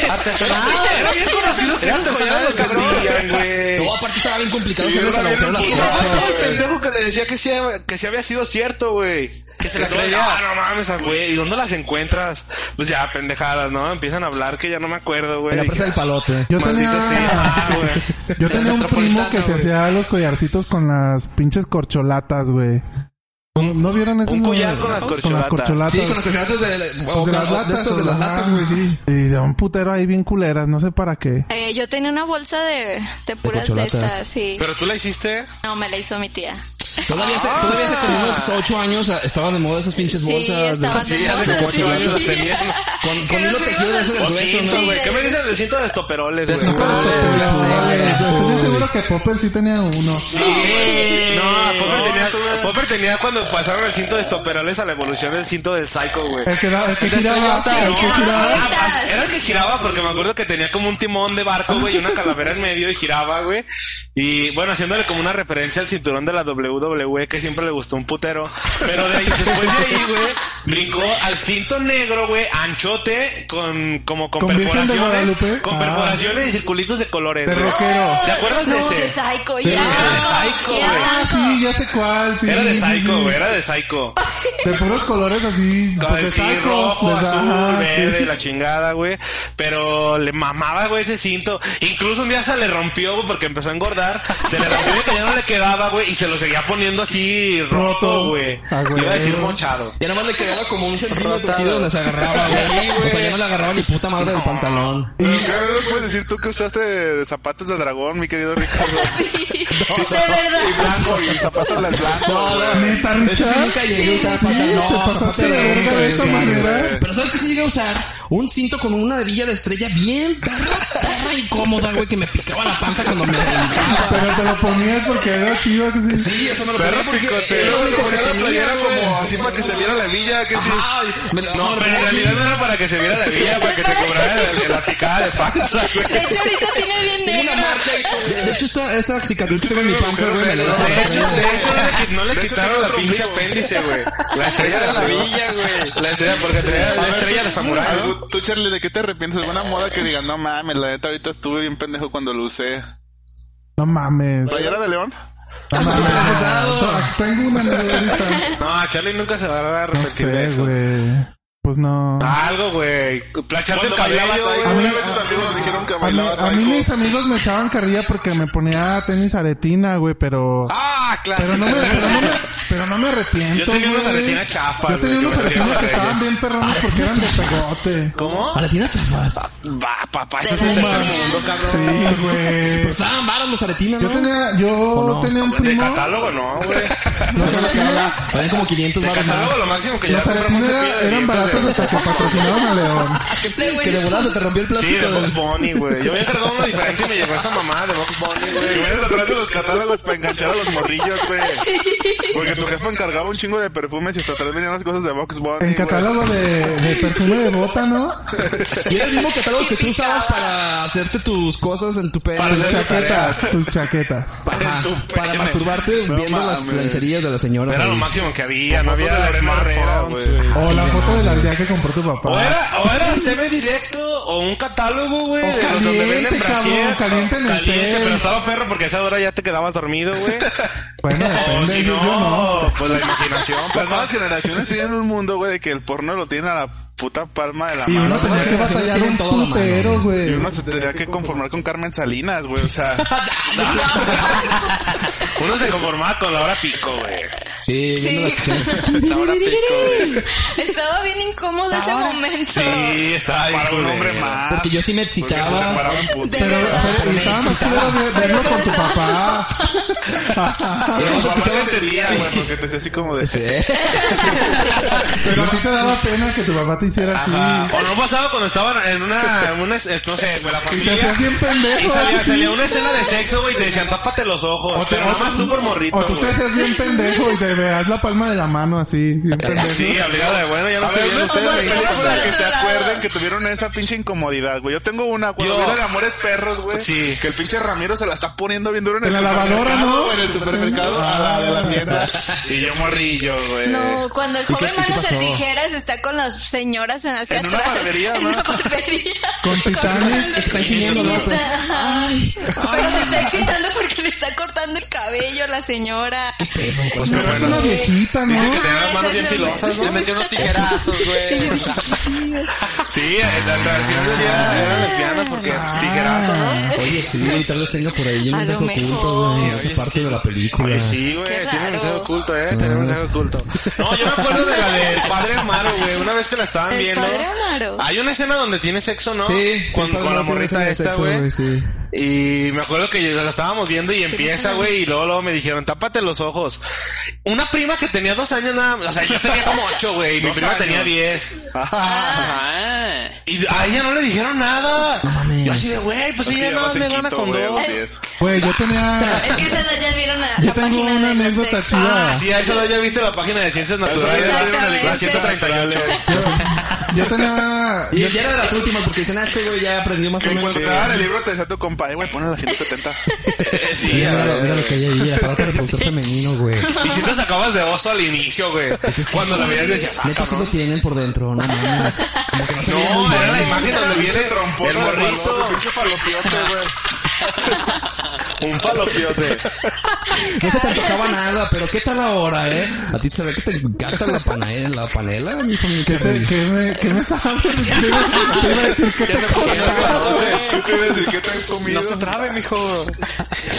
Speaker 6: güey.
Speaker 5: Artesanal.
Speaker 6: Era bien conocido que
Speaker 5: Era
Speaker 6: esos collares
Speaker 5: artesanal,
Speaker 6: los que
Speaker 5: cabrón.
Speaker 6: hacían, güey.
Speaker 2: No, aparte estaba bien complicado
Speaker 6: Y
Speaker 2: hacerles
Speaker 6: era
Speaker 2: al
Speaker 6: bien
Speaker 2: agujero las
Speaker 6: Y
Speaker 2: cosas.
Speaker 6: estaba todo el pendejo que le decía que sí, que sí había sido cierto, güey. Que
Speaker 5: se la
Speaker 6: todo,
Speaker 5: creía.
Speaker 6: Ah, no mames, ah, güey. ¿Y dónde las encuentras? Pues ya, pendejadas, ¿no? Empiezan a hablar que ya no me acuerdo, güey.
Speaker 2: En la presa del palote.
Speaker 3: Yo
Speaker 6: Maldito sea,
Speaker 3: tenía...
Speaker 6: güey.
Speaker 3: Yo tenía un primo que se
Speaker 6: Metropolitano,
Speaker 3: hacía los collarcitos con las pinches corcholatas, güey. ¿No vieron ese
Speaker 6: un
Speaker 3: no?
Speaker 6: collar con las corcholatas.
Speaker 2: Sí, con los refrigerantes de, o-
Speaker 3: de Pues las
Speaker 2: o- Pues de
Speaker 3: latas,
Speaker 2: estos de las
Speaker 3: ajá.
Speaker 2: latas, güey, sí.
Speaker 3: Y de un putero ahí bien culeras, no sé para qué.
Speaker 7: Eh, yo tenía una bolsa de, de puras de
Speaker 2: corcholatas.
Speaker 7: estas, sí.
Speaker 6: Pero tú la hiciste.
Speaker 7: No, me la hizo mi tía.
Speaker 2: Todavía hace, todavía hace como unos ocho años ah, estaban de moda esas pinches
Speaker 7: Sí,
Speaker 2: bolsas. de-
Speaker 7: estaban de
Speaker 6: Sí, hace
Speaker 7: moda,
Speaker 6: como ocho
Speaker 7: sí.
Speaker 6: años las tenían.
Speaker 2: Con,
Speaker 7: Que
Speaker 2: con hilo
Speaker 7: nos
Speaker 2: tejido de
Speaker 7: íbamos
Speaker 2: esos gruesos,
Speaker 6: Cinto,
Speaker 2: ¿no?
Speaker 6: güey. ¿Qué me dices del cinto de estoperoles, güey?
Speaker 3: Estoy seguro que Popper sí tenía uno.
Speaker 6: Sí. No, Popper tenía, Popper tenía cuando pasaron el cinto de estoperoles a la evolución del cinto del psycho, güey.
Speaker 3: El que, da- el que giraba,
Speaker 6: Estrellota,
Speaker 3: el que
Speaker 6: ¿no?
Speaker 3: giraba.
Speaker 6: Ah, Era el que giraba porque me acuerdo que tenía como un timón de barco, güey, y una calavera en medio y giraba, güey. Y bueno, haciéndole como una referencia al cinturón de la WWE que siempre le gustó un putero. Pero de ahí, después de ahí, güey, brincó al cinto negro, güey, anchote, con como con,
Speaker 3: ¿Con Virgen de
Speaker 6: perforaciones.
Speaker 3: Guadalupe?
Speaker 6: Con
Speaker 3: Ah.
Speaker 6: perforaciones y circulitos de colores.
Speaker 3: De
Speaker 6: güey.
Speaker 3: rockero.
Speaker 6: ¿Te acuerdas de
Speaker 7: No,
Speaker 6: ese?
Speaker 7: de Psycho,
Speaker 3: Sí.
Speaker 7: ya.
Speaker 6: Era de Psycho,
Speaker 7: Ya,
Speaker 6: güey.
Speaker 3: Ah, sí, ya sé cuál. Sí,
Speaker 6: Era de
Speaker 3: sí,
Speaker 6: psycho,
Speaker 3: sí.
Speaker 6: güey, era de psycho.
Speaker 3: De puros colores así. pues
Speaker 6: Con
Speaker 3: de
Speaker 6: el sí,
Speaker 3: psycho,
Speaker 6: rojo,
Speaker 3: de-
Speaker 6: azul,
Speaker 3: ajá,
Speaker 6: verde,
Speaker 3: sí.
Speaker 6: la chingada, güey. Pero le mamaba, güey, ese cinto. Incluso un día se le rompió, güey, porque empezó a engordar. Se le rompió que ya no le quedaba, güey, y se lo seguía poniendo así roto,
Speaker 3: Roto.
Speaker 6: güey.
Speaker 3: Ah, güey.
Speaker 6: Iba a decir mochado.
Speaker 2: Ya nada más le quedaba como un centímetro así de donde se agarraba, güey. O sea, ya no le agarraba ni puta madre del pantalón.
Speaker 4: ¿Pero qué puedes decir tú que usaste de zapatos de dragón, mi querido Ricardo?
Speaker 7: De verdad.
Speaker 4: Y blanco, y zapatos de blanco. güey.
Speaker 3: Neta,
Speaker 7: ¿Ah?
Speaker 3: Richard.
Speaker 2: Nunca llegué a usar pantalón.
Speaker 3: te
Speaker 2: No,
Speaker 3: pasaste
Speaker 2: zapato
Speaker 3: de
Speaker 2: de
Speaker 3: verga de esa
Speaker 2: hombre, sí,
Speaker 3: manera.
Speaker 2: güey. Pero ¿sabes qué sí llegué a usar? Un cinto con una hebilla de estrella bien perra, perra incómoda, güey, que me picaba la panza cuando me brincaba.
Speaker 3: Pero te lo ponías porque era chido. que sí.
Speaker 2: Sí, eso me lo
Speaker 4: Perro
Speaker 2: ponía porque
Speaker 4: picote.
Speaker 2: era lo
Speaker 4: Luego le
Speaker 2: único que
Speaker 4: ponía la
Speaker 2: tenía,
Speaker 4: playera
Speaker 2: güey.
Speaker 4: como así para que se viera la villa, que sí.
Speaker 2: Ay, me la-
Speaker 6: No, pero en realidad no era para que se viera la villa, para que te cobrara la, la picada de panza, güey.
Speaker 7: De hecho, ahorita tiene bien
Speaker 2: Tengo una
Speaker 7: negro.
Speaker 2: marca ahí. De- De hecho, esta, esta cicatriz que tengo en mi panza, güey, me la
Speaker 4: No,
Speaker 6: De
Speaker 2: deja-
Speaker 6: hecho, de hecho, no le qui- no le
Speaker 4: De hecho,
Speaker 6: quitaron
Speaker 4: tengo
Speaker 6: la
Speaker 4: otro
Speaker 6: pinche
Speaker 4: ombligo.
Speaker 6: apéndice, güey. La estrella de la villa, güey. La estrella, porque tenía la estrella de samurái, ¿no?
Speaker 4: Tú, Charlie, ¿de qué te arrepientes? ¿De una moda que digas, no mames, la neta ahorita estuve bien pendejo cuando lo usé?
Speaker 3: No mames.
Speaker 4: ¿Playera de león?
Speaker 3: No mames. Tengo una nueva ahorita.
Speaker 6: No, a Charlie nunca se va a
Speaker 3: No
Speaker 6: arrepentir de
Speaker 3: sé,
Speaker 6: eso. Ah,
Speaker 3: güey. Pues no.
Speaker 6: Algo, güey. Plancharte el
Speaker 4: Cuando bailabas
Speaker 6: cabello,
Speaker 4: ahí,
Speaker 6: güey.
Speaker 4: una vez tus amigos me dijeron que
Speaker 3: A mí,
Speaker 4: bailabas
Speaker 3: a mí
Speaker 4: psycho.
Speaker 3: mis amigos me echaban carrilla porque me ponía tenis aretina, güey, pero...
Speaker 6: Ah, claro.
Speaker 3: Pero no, me, pero, no me, pero no me arrepiento.
Speaker 6: Yo tenía unos
Speaker 3: güey.
Speaker 6: aretinas chafas,
Speaker 3: Yo tenía
Speaker 6: güey,
Speaker 3: unos
Speaker 6: que me
Speaker 3: aretinas
Speaker 6: hacían
Speaker 3: que
Speaker 6: para
Speaker 3: estaban
Speaker 6: ellas.
Speaker 3: bien perrones porque eran de pegote.
Speaker 6: ¿Cómo?
Speaker 2: A la tienda chafas.
Speaker 6: Va, papá,
Speaker 7: De
Speaker 6: eso es el
Speaker 7: la
Speaker 6: tercer
Speaker 7: línea.
Speaker 6: mundo, cabrón. Pues,
Speaker 3: Sí, güey.
Speaker 2: Pero estaban varas los aretinas,
Speaker 3: Yo
Speaker 2: ¿no?
Speaker 3: tenía, yo
Speaker 2: no?
Speaker 3: tenía un
Speaker 6: De
Speaker 3: primo.
Speaker 6: catálogo no, güey.
Speaker 3: Los aretinas,
Speaker 2: Traían como 500
Speaker 6: De
Speaker 2: varas más.
Speaker 6: catálogo lo máximo que ya pues,
Speaker 3: los
Speaker 6: compramos
Speaker 3: aretinas eran, eran baratos
Speaker 6: un cepillo de dientes de-
Speaker 3: hasta que patrocinaron a León.
Speaker 7: De
Speaker 2: Que de
Speaker 7: bueno.
Speaker 2: volada se te rompió el
Speaker 6: Sí,
Speaker 2: plástico.
Speaker 6: de
Speaker 2: del-
Speaker 6: Box Bunny, güey. Yo había cargado uno diferente y me llegó esa mamá de Box Bunny,
Speaker 4: Y
Speaker 6: güey.
Speaker 4: vienes atrás de los catálogos para enganchar a los morrillos, güey. Porque tu jefe encargaba un chingo de perfumes y hasta atrás venían las cosas de Box Bunny.
Speaker 3: En
Speaker 4: güey.
Speaker 3: catálogo de, de perfume de bota, ¿no?
Speaker 2: Y era el mismo catálogo que tú usabas para hacerte tus cosas en tu pelo.
Speaker 6: Para
Speaker 3: Tus
Speaker 6: hacer-
Speaker 3: chaquetas, tus chaquetas.
Speaker 2: Ajá,
Speaker 6: tu
Speaker 2: para
Speaker 6: pene.
Speaker 2: masturbarte
Speaker 4: No
Speaker 2: viendo las
Speaker 4: mames.
Speaker 2: lencerías de la señora.
Speaker 6: Era lo máximo que había, no
Speaker 4: Fotos de
Speaker 6: había
Speaker 4: Lorena Herrera,
Speaker 6: smartphones,
Speaker 4: güey.
Speaker 6: güey.
Speaker 3: O la foto de la aldea que compró tu papá.
Speaker 6: O era, o era CB directo o un catálogo, güey, de los donde
Speaker 3: caliente,
Speaker 6: venden
Speaker 3: cabrón,
Speaker 6: brasier.
Speaker 3: caliente en el
Speaker 6: Caliente,
Speaker 3: cel.
Speaker 6: pero estaba perro porque a esa hora ya te quedabas dormido, güey.
Speaker 3: Bueno,
Speaker 6: O
Speaker 3: depende,
Speaker 6: si
Speaker 3: yo, yo no.
Speaker 6: no, pues la imaginación.
Speaker 4: Las nuevas generaciones tienen un mundo, güey, de que el porno lo tienen a la puta palma de la
Speaker 3: Y
Speaker 4: mano.
Speaker 3: uno tenía que batallar un putero,
Speaker 4: Y
Speaker 3: güey.
Speaker 4: uno se tenía que conformar con Carmen Salinas, güey. O sea,
Speaker 3: Ah,
Speaker 6: Uno se conformaba con la hora pico, güey.
Speaker 2: Sí, viendo
Speaker 7: Sí.
Speaker 2: las-
Speaker 6: La hora pico, güey.
Speaker 7: Estaba bien incómodo ese momento.
Speaker 6: Sí, estaba bien
Speaker 4: para un
Speaker 6: culero.
Speaker 4: hombre más.
Speaker 2: Porque yo sí me excitaba.
Speaker 4: Para un puto.
Speaker 7: De
Speaker 3: Pero,
Speaker 7: verdad.
Speaker 3: pero y estaba más culero ver- verlo con tu papá.
Speaker 4: Tu papá no entendía, güey, porque te hacía así como de...
Speaker 3: Pero a ti te daba pena que tu papá te hiciera
Speaker 6: Ajá.
Speaker 3: así.
Speaker 6: O no pasaba cuando estaban en una, en una es- no sé, güey, la
Speaker 3: Y te
Speaker 6: familia.
Speaker 3: hacías bien
Speaker 6: Y
Speaker 3: pendejo.
Speaker 6: salía,
Speaker 3: así.
Speaker 6: salía una escena de sexo, güey, y te decían, tápate los ojos. Pero nada más tú por morrito,
Speaker 3: O tú te
Speaker 6: güey.
Speaker 3: hacías bien pendejo y te veas la palma de la mano así. Bien pendejo.
Speaker 6: Sí, obligado de bueno, ya no
Speaker 4: A
Speaker 6: estoy
Speaker 4: ver,
Speaker 6: viendo
Speaker 4: una una
Speaker 6: ustedes,
Speaker 4: película
Speaker 6: güey.
Speaker 4: para que se
Speaker 7: Dorado.
Speaker 4: acuerden que tuvieron esa pinche incomodidad, güey. Yo tengo una, cuando
Speaker 6: Yo.
Speaker 4: vieron Amores Perros, güey.
Speaker 6: Sí.
Speaker 4: Que el pinche Ramiro se la está poniendo bien duro en,
Speaker 3: En
Speaker 4: el
Speaker 3: la lavadora,
Speaker 4: supermercado,
Speaker 3: ¿no?
Speaker 4: güey, En el supermercado a la de la tienda. Y yo morrillo, güey.
Speaker 7: No, cuando el
Speaker 3: qué-
Speaker 7: joven
Speaker 3: qué
Speaker 7: manos de
Speaker 3: pasó?
Speaker 7: tijeras está con las señoras en hacia
Speaker 4: En una
Speaker 7: atrás.
Speaker 4: barbería,
Speaker 7: En
Speaker 4: ¿no?
Speaker 7: una barbería.
Speaker 3: Con Titanic.
Speaker 2: Están gimiendo, ¿no?
Speaker 7: Ay, Pero se está excitando porque le está cortando el cabello a la señora. Ah,
Speaker 6: Pues
Speaker 3: Pero es una viejita, ¿no?
Speaker 6: Dice que tenía las manos bien
Speaker 7: Exactamente.
Speaker 6: filosas,
Speaker 5: Le
Speaker 6: ¿no?
Speaker 5: metió unos tijerazos, güey.
Speaker 6: Sí, al al- al final del día era lesbiana porque pues, tijerazo, ¿no?
Speaker 2: Oye, sí, tal vez tenga por ahí un
Speaker 7: A lo
Speaker 2: mensaje oculto,
Speaker 7: mejor.
Speaker 2: güey. Es
Speaker 6: Sí, oye,
Speaker 2: parte de la película.
Speaker 6: Oye, sí,
Speaker 7: Qué
Speaker 6: güey, tiene un mensaje
Speaker 7: raro.
Speaker 6: oculto, ¿eh? Tiene un mensaje oculto. No, yo me acuerdo de la del Padre Amaro, güey. Una vez que la estaban
Speaker 7: El
Speaker 6: viendo.
Speaker 7: Padre Amaro.
Speaker 6: Hay una escena donde tiene sexo, ¿no?
Speaker 2: Sí, sí,
Speaker 6: Con,
Speaker 2: padre,
Speaker 6: con la
Speaker 2: no tiene
Speaker 6: morrita
Speaker 2: escena de
Speaker 6: esta,
Speaker 2: sexo,
Speaker 6: güey.
Speaker 2: güey, sí.
Speaker 6: Y me acuerdo que yo- la estábamos viendo y empieza, güey, y luego, luego me dijeron, tápate los ojos. Una prima que tenía dos años nada más, o sea, yo tenía como ocho, güey, y mi
Speaker 4: Dos
Speaker 6: prima
Speaker 4: años.
Speaker 6: tenía diez.
Speaker 5: Ah.
Speaker 6: Y a ella no le dijeron nada.
Speaker 2: mames.
Speaker 6: Yo así de, güey, pues
Speaker 4: Es que ya
Speaker 6: ella nada más
Speaker 4: vas en
Speaker 6: me gana
Speaker 4: quinto,
Speaker 6: con
Speaker 4: güey, a
Speaker 6: dos.
Speaker 4: los diez.
Speaker 3: Güey, yo tenía.
Speaker 7: Es que ustedes ya vieron la,
Speaker 3: Yo
Speaker 7: la
Speaker 3: tengo
Speaker 7: página
Speaker 3: una
Speaker 7: de los
Speaker 3: anécdota
Speaker 7: sexos.
Speaker 3: chida.
Speaker 6: Ah, sí, a eso lo ya viste la página de Ciencias Naturales.
Speaker 7: Exactamente.
Speaker 6: La 138.
Speaker 3: Yo tenía.
Speaker 2: Y ya era de las últimas porque dicen, ah, este güey ya aprendió más o menos.
Speaker 4: Encontrar el libro te decía tu compadre, güey, ponle la 170.
Speaker 6: Sí, Ah,
Speaker 8: Mira,
Speaker 6: a
Speaker 8: mira,
Speaker 6: ver.
Speaker 8: mira lo que hay ahí, el aparato reproductor femenino, güey.
Speaker 6: Y si te sacabas de oso al inicio, güey. Cuando la veías decías, ah,
Speaker 2: Neta sí lo tienen por dentro, no mames.
Speaker 6: no, era la imagen donde viene
Speaker 4: Pinche trompota
Speaker 6: el
Speaker 4: de
Speaker 6: gorrito,
Speaker 4: valor, pinche falopiote, güey.
Speaker 6: un palopiote.
Speaker 2: No se te tocaba nada, pero ¿qué tal ahora, eh? A ti se ve que te encanta la panela, la panela, mi familia.
Speaker 3: ¿Qué, te- qué me, ¿Qué me sabes? Te iba- te iba a decir que te
Speaker 4: ¿Qué te iba a decir? ¿Qué te has comido?
Speaker 5: No se trabe, mijo.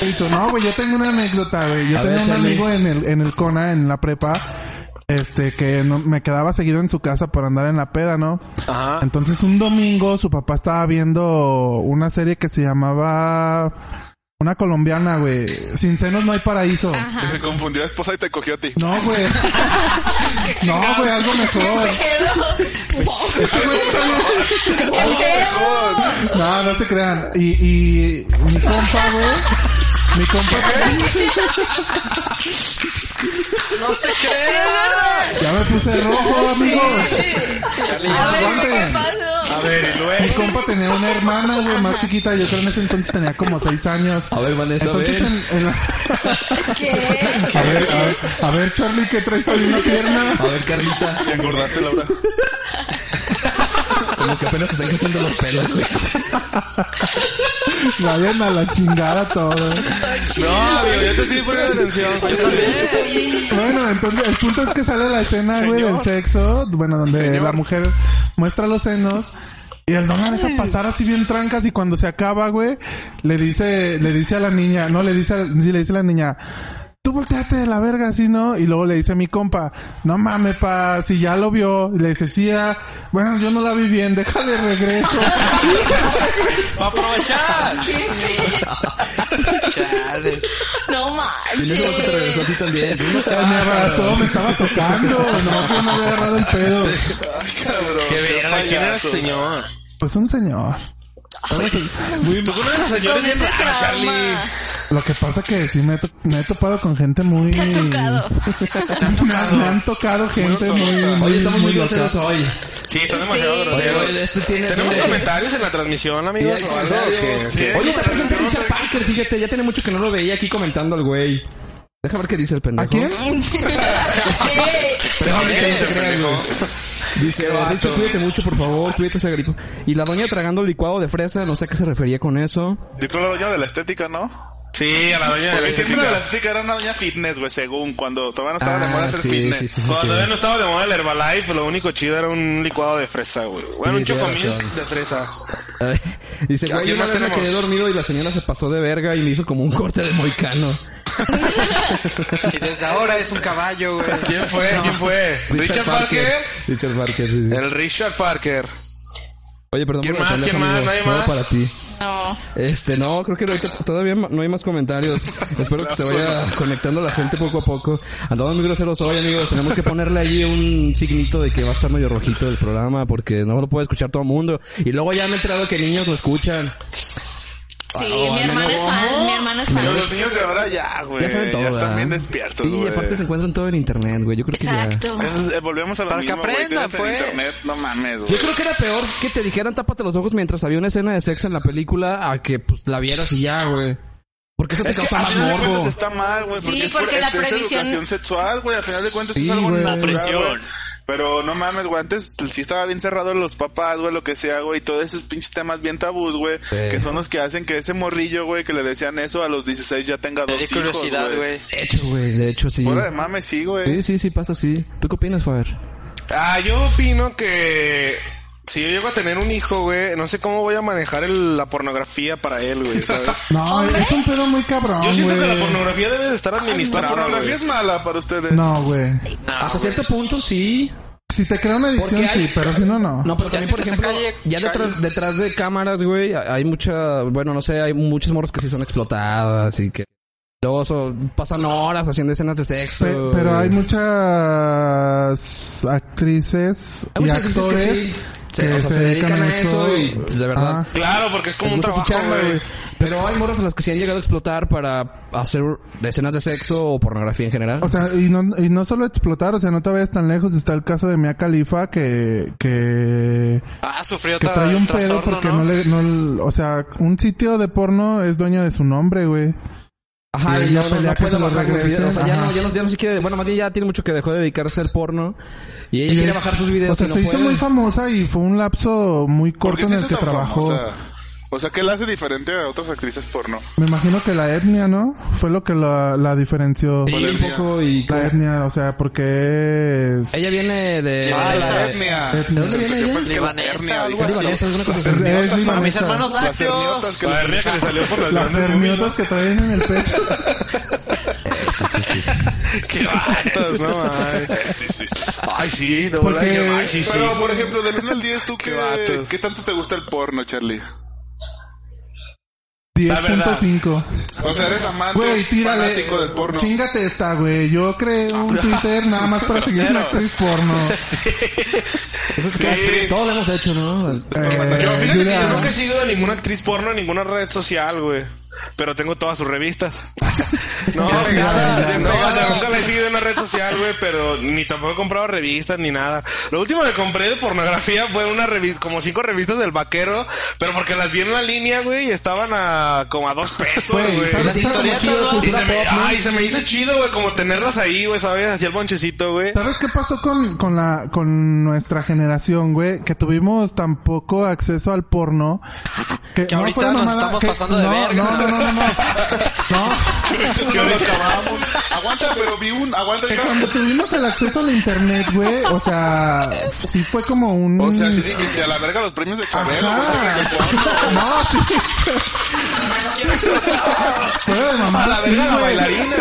Speaker 3: Hizo, no, güey, yo tengo una anécdota, güey. Yo
Speaker 2: A
Speaker 3: tenía
Speaker 2: ver,
Speaker 3: un
Speaker 2: échale.
Speaker 3: amigo en el, en el CONA, en la prepa, este, que no- me quedaba seguido en su casa por andar en la peda, ¿no?
Speaker 6: Ajá.
Speaker 3: Entonces un domingo su papá estaba viendo una serie que se llamaba... Una colombiana, güey. Sin senos no hay paraíso.
Speaker 4: Que se confundió la esposa y te cogió a ti.
Speaker 3: No, güey. no, güey, algo mejor. No, no se crean. Y, y mi compa, güey. Mi compa.
Speaker 5: No se crea.
Speaker 3: Ya me puse rojo, amigos.
Speaker 7: A ver, ¿eso ¿qué
Speaker 3: Aguanten.
Speaker 7: pasó?
Speaker 4: A ver, y
Speaker 3: Mi
Speaker 4: luego.
Speaker 3: compa tenía una hermana, güey, más chiquita. Yo creo en ese entonces tenía como seis años.
Speaker 2: A ver, Vanessa, a
Speaker 3: Entonces,
Speaker 2: ver.
Speaker 3: en- en la-
Speaker 7: ¿Qué?
Speaker 3: a ver, a ver, a ver, Charlie, ¿qué traes ahí en la pierna?
Speaker 2: A ver, Carlita,
Speaker 4: ¿Te engordaste, Laura?
Speaker 2: como que apenas te están creciendo los pelos, güey.
Speaker 3: Vayan a la chingada todo.
Speaker 4: Ah,
Speaker 6: No, amigo, yo te estoy poniendo atención.
Speaker 3: Bueno, entonces el punto es que sale la escena, güey, del sexo, bueno, donde la mujer muestra los senos y el don la deja pasar así bien trancas y cuando se acaba, güey, le dice, le dice a la niña, no, le dice, a- sí, le dice a la niña, tú volteate de la verga, así, ¿no? Y luego le dice a mi compa, no mames, pa, si ya lo vio, y le dice, sí, ah, bueno, yo no la vi bien, déjale regreso.
Speaker 5: Va a aprovechar.
Speaker 7: ¿Qué pedo?
Speaker 5: Chale.
Speaker 7: No
Speaker 2: Y luego te regresó a
Speaker 7: manches.
Speaker 2: ti también. Uno
Speaker 6: Ah,
Speaker 2: te-
Speaker 3: Ay, me abrazó, me estaba tocando, no, yo no había agarrado el pedo.
Speaker 4: Cabrón.
Speaker 6: Qué verga, ¿quién era
Speaker 4: payaso.
Speaker 6: ese señor?
Speaker 3: Pues un señor.
Speaker 6: Tú conoces a señores
Speaker 7: Con
Speaker 6: bien
Speaker 7: ese
Speaker 6: raros, Charlie.
Speaker 7: trauma.
Speaker 3: Lo que pasa que sí me he, to- me he topado con gente muy...
Speaker 7: Te ha tocado.
Speaker 3: Me, han- me han tocado gente muy... muy,
Speaker 2: Oye, estamos muy
Speaker 3: muy loca.
Speaker 2: groseros hoy.
Speaker 6: Sí, están demasiado
Speaker 7: Sí.
Speaker 2: Oye,
Speaker 6: groseros.
Speaker 2: güey, este tiene...
Speaker 6: ¿Tenemos
Speaker 2: tiene-
Speaker 6: comentarios en la transmisión,
Speaker 2: Sí,
Speaker 6: amigos?
Speaker 2: hay
Speaker 6: o algo?
Speaker 2: comentarios.
Speaker 6: que-
Speaker 2: Sí. Oye, está presente Richard Parker, fíjate, ya tiene mucho que no lo veía aquí comentando al güey. Deja ver qué dice el pendejo.
Speaker 3: ¿A quién?
Speaker 7: Sí.
Speaker 2: Deja ver qué
Speaker 6: Eh,
Speaker 2: dice el
Speaker 6: ese
Speaker 2: pendejo.
Speaker 6: pendejo.
Speaker 2: Dice, Richard, cuídate mucho, por favor, cuídate esa gripa. Y la doña tragando licuado de fresa, no sé a qué se refería con eso.
Speaker 4: Dijo la doña de la estética, ¿no?
Speaker 6: Sí, a la doña de la
Speaker 4: Porque siempre la de la
Speaker 6: estética.
Speaker 4: estética era una doña fitness, güey, según cuando todavía no estaba de
Speaker 2: Ah,
Speaker 4: moda hacer
Speaker 2: sí,
Speaker 4: fitness.
Speaker 2: sí, sí, sí.
Speaker 6: Cuando todavía no estaba de moda el Herbalife, lo único chido era un licuado de fresa, güey. Bueno,
Speaker 2: Sí,
Speaker 6: un
Speaker 2: tienes
Speaker 6: chocomil
Speaker 2: razón.
Speaker 6: de fresa.
Speaker 2: Ay, Dice,
Speaker 6: Aquí
Speaker 2: güey, una
Speaker 6: más
Speaker 2: vez me
Speaker 6: tenemos.
Speaker 2: quedé dormido y la señora se pasó de verga y me hizo como un corte de moicano.
Speaker 5: Y desde ahora es un caballo, güey.
Speaker 6: ¿Quién fue? ¿Quién fue? ¿Richard Parker?
Speaker 2: Richard Parker, sí, sí.
Speaker 6: El Richard Parker.
Speaker 2: Oye, perdón.
Speaker 6: ¿Quién
Speaker 2: por el
Speaker 6: más?
Speaker 2: pendejo,
Speaker 6: ¿Quién más?
Speaker 2: amigo.
Speaker 6: ¿Nadie
Speaker 2: No,
Speaker 6: más?
Speaker 2: para ti.
Speaker 7: No.
Speaker 2: Este, no, creo que ahorita todavía ma- no hay más comentarios. Espero que se vaya conectando la gente poco a poco. Andamos muy groseros hoy, amigos. Tenemos que ponerle allí un signito de que va a estar medio rojito el programa porque no lo puede escuchar todo el mundo. Y luego ya me he enterado que niños lo escuchan.
Speaker 7: Sí, mi hermana es fan. Mi hermana es
Speaker 4: Pero
Speaker 7: fan.
Speaker 4: los niños de ahora ya, güey.
Speaker 2: ya
Speaker 4: Ya,
Speaker 2: saben todo,
Speaker 4: están
Speaker 2: ¿verdad?
Speaker 4: bien despiertos,
Speaker 2: Y
Speaker 4: güey.
Speaker 2: aparte se encuentran todo en internet, güey. Yo creo que ya...
Speaker 7: Exacto.
Speaker 4: Eso es- eh, volvemos a lo
Speaker 5: Para que
Speaker 4: mismo, güey,
Speaker 5: aprendan,
Speaker 4: tienes en
Speaker 5: pues.
Speaker 4: internet, no mames,
Speaker 2: Yo
Speaker 4: güey.
Speaker 2: creo que era peor que te dijeran tápate los ojos mientras había una escena de sexo en la película a que pues la vieras y ya, güey. Porque eso te
Speaker 4: Es que
Speaker 2: causa
Speaker 4: a
Speaker 2: más
Speaker 4: final de cuentas
Speaker 2: morbo.
Speaker 4: está mal, güey.
Speaker 7: Sí,
Speaker 4: Porque es
Speaker 7: porque
Speaker 4: pura-
Speaker 7: la
Speaker 4: es- es
Speaker 7: previsión-
Speaker 4: educación sexual, güey. Al final de cuentas
Speaker 3: Sí,
Speaker 4: es algo
Speaker 3: güey.
Speaker 4: natural,
Speaker 6: Opresión.
Speaker 4: güey. Pero no mames, güey. Antes sí estaba bien cerrado los papás, güey, lo que sea, güey. Y todos esos pinches temas bien tabús, güey. Que son los que hacen que ese morrillo, güey, que le decían eso a los 16 ya tenga dos
Speaker 5: De
Speaker 4: hijos,
Speaker 5: curiosidad, güey.
Speaker 2: De hecho, güey, de hecho, sí.
Speaker 4: Fuera de mames, sí, güey.
Speaker 2: Sí, sí, sí, pasa así. ¿Tú qué opinas, Faber?
Speaker 6: Ah, yo opino que si yo llego a tener un hijo, güey, no sé cómo voy a manejar el- la pornografía para él, güey, ¿sabes?
Speaker 3: No, es un pedo muy cabrón,
Speaker 6: Yo siento que la
Speaker 3: güey.
Speaker 6: pornografía debe de estar
Speaker 4: La
Speaker 6: administrada,
Speaker 4: pornografía
Speaker 6: güey.
Speaker 4: es mala para ustedes.
Speaker 3: No, güey.
Speaker 2: Hasta cierto punto, sí.
Speaker 3: Si te crea una adicción,
Speaker 2: Porque hay-
Speaker 3: sí, pero si no, no.
Speaker 2: No, pero
Speaker 5: Ya
Speaker 2: también,
Speaker 5: si
Speaker 2: por
Speaker 5: te
Speaker 2: ejemplo,
Speaker 5: saca-
Speaker 2: ya detrás, detrás de cámaras, güey, hay mucha, bueno, no sé, hay muchos morros que sí son explotadas y que luego so- pasan horas haciendo escenas de sexo.
Speaker 3: Pe-
Speaker 2: güey.
Speaker 3: pero hay muchas actrices
Speaker 2: Hay
Speaker 3: y
Speaker 2: muchas actrices
Speaker 3: actores
Speaker 2: que sí, se- o sea, se dedican a eso y, pues, de verdad,
Speaker 3: Ajá.
Speaker 6: Claro, porque es como
Speaker 2: Les
Speaker 6: un
Speaker 2: gusta
Speaker 6: trabajo,
Speaker 2: su chamba,
Speaker 6: güey.
Speaker 2: güey. Pero hay morros a las que sí han llegado a explotar para hacer escenas de sexo o pornografía en general.
Speaker 3: O sea, y no, y no solo explotar, o sea, no te vayas tan lejos. Está el caso de Mia Khalifa que, que,
Speaker 5: Ah, sufrió
Speaker 3: que
Speaker 5: tra-
Speaker 3: trae un pedo
Speaker 5: trastorno,
Speaker 3: porque
Speaker 5: ¿no?
Speaker 3: ¿no? le, no, o sea, un sitio de porno es dueño de su nombre, güey.
Speaker 2: Ajá,
Speaker 3: Y
Speaker 2: y no,
Speaker 3: ella
Speaker 2: no,
Speaker 3: pelea
Speaker 2: no
Speaker 3: que
Speaker 2: puede
Speaker 3: se lo
Speaker 2: bajar, güey.
Speaker 3: regresen,
Speaker 2: O sea, ya
Speaker 3: ajá.
Speaker 2: no, ya no, ya no se quiere- Bueno, más bien ya tiene mucho que dejó de dedicarse al porno. Y ella quiere bajar sus videos.
Speaker 3: O sea,
Speaker 2: y no
Speaker 3: se hizo
Speaker 2: puede.
Speaker 3: muy famosa y fue un lapso muy
Speaker 4: ¿Por qué
Speaker 3: corto en el
Speaker 4: se hizo
Speaker 3: que
Speaker 4: tan
Speaker 3: trabajó.
Speaker 4: famosa? O sea, ¿qué la hace diferente a otras actrices porno?
Speaker 3: Me imagino que la etnia, ¿no? Fue lo que la, la diferenció.
Speaker 2: Sí, un poco y...
Speaker 3: La etnia, o sea, porque es,
Speaker 2: Ella viene de...
Speaker 5: Ah,
Speaker 2: de-
Speaker 5: la
Speaker 4: etnia.
Speaker 2: ¿De
Speaker 3: etnia.
Speaker 2: dónde viene
Speaker 4: Yo
Speaker 2: ella?
Speaker 4: pensé que la
Speaker 5: Libanesa,
Speaker 4: hernia,
Speaker 5: algo
Speaker 4: algo
Speaker 5: así.
Speaker 4: así.
Speaker 2: Libanesa, alguna cosa así.
Speaker 3: es
Speaker 5: A mis
Speaker 3: libanesa.
Speaker 5: hermanos
Speaker 4: Las
Speaker 5: lácteos.
Speaker 4: herniotas que
Speaker 6: La
Speaker 4: les-
Speaker 6: hernia que le salió por las
Speaker 3: Las
Speaker 6: grandes boobies,
Speaker 3: hermiotas que traen en el pecho.
Speaker 6: Qué vatos, no mames.
Speaker 4: Sí, sí, sí.
Speaker 6: Ay, sí, no,
Speaker 3: Porque-
Speaker 6: ay, ay, sí, sí.
Speaker 4: Pero, por ejemplo, del 1 al 10, ¿tú
Speaker 6: Qué
Speaker 4: qué,
Speaker 6: vatos.
Speaker 4: qué tanto te gusta el porno, Charlie?
Speaker 3: 10.5.
Speaker 4: O sea, eres amante
Speaker 3: Güey, tírale.
Speaker 4: fanático del porno.
Speaker 3: Chingate esta, güey. Yo creé un Twitter nada más para seguir una actriz porno.
Speaker 4: Sí.
Speaker 2: Todo lo hemos hecho, ¿no?
Speaker 3: Eh,
Speaker 6: Yo, fíjate que yo
Speaker 3: Julia,
Speaker 6: nunca he sido de ninguna actriz porno en ninguna red social, güey. Pero tengo todas sus revistas. no,
Speaker 5: Qué pegada,
Speaker 6: pegada,
Speaker 5: qué
Speaker 6: no,
Speaker 5: pegada.
Speaker 6: o sea, nunca le he seguido en una red social, güey, pero ni tampoco he comprado revistas ni nada. Lo último que compré de pornografía fue una revista, como cinco revistas del vaquero, pero porque las vi en la línea, güey, y estaban a como a dos pesos,
Speaker 3: Güey,
Speaker 6: güey.
Speaker 3: ¿sabes- sabes
Speaker 5: historietas,
Speaker 3: cómo
Speaker 5: ¿no?
Speaker 3: chido
Speaker 6: Y
Speaker 3: cultura
Speaker 6: se me,
Speaker 3: pop, no?
Speaker 6: ay, se me hizo chido, güey, como tenerlas ahí, güey, ¿sabes? Hacía el bonchecito, güey.
Speaker 3: ¿Sabes qué pasó con, con la, con nuestra generación, güey? Que tuvimos tan poco acceso al porno.
Speaker 5: Que ahorita nos estamos pasando de
Speaker 3: no,
Speaker 5: verga.
Speaker 3: No, no, no, no, no. No,
Speaker 4: Que nos acabamos. Aguanta, pero vi un... Aguanta,
Speaker 3: que
Speaker 4: hija.
Speaker 3: cuando tuvimos el acceso al internet, güey, o sea, sí fue como un...
Speaker 4: O sea, si dijiste a la verga los premios de Chabelo.
Speaker 3: Ajá. Ah, No, sí. Fuera de mamá,
Speaker 6: A la verga la bailarina.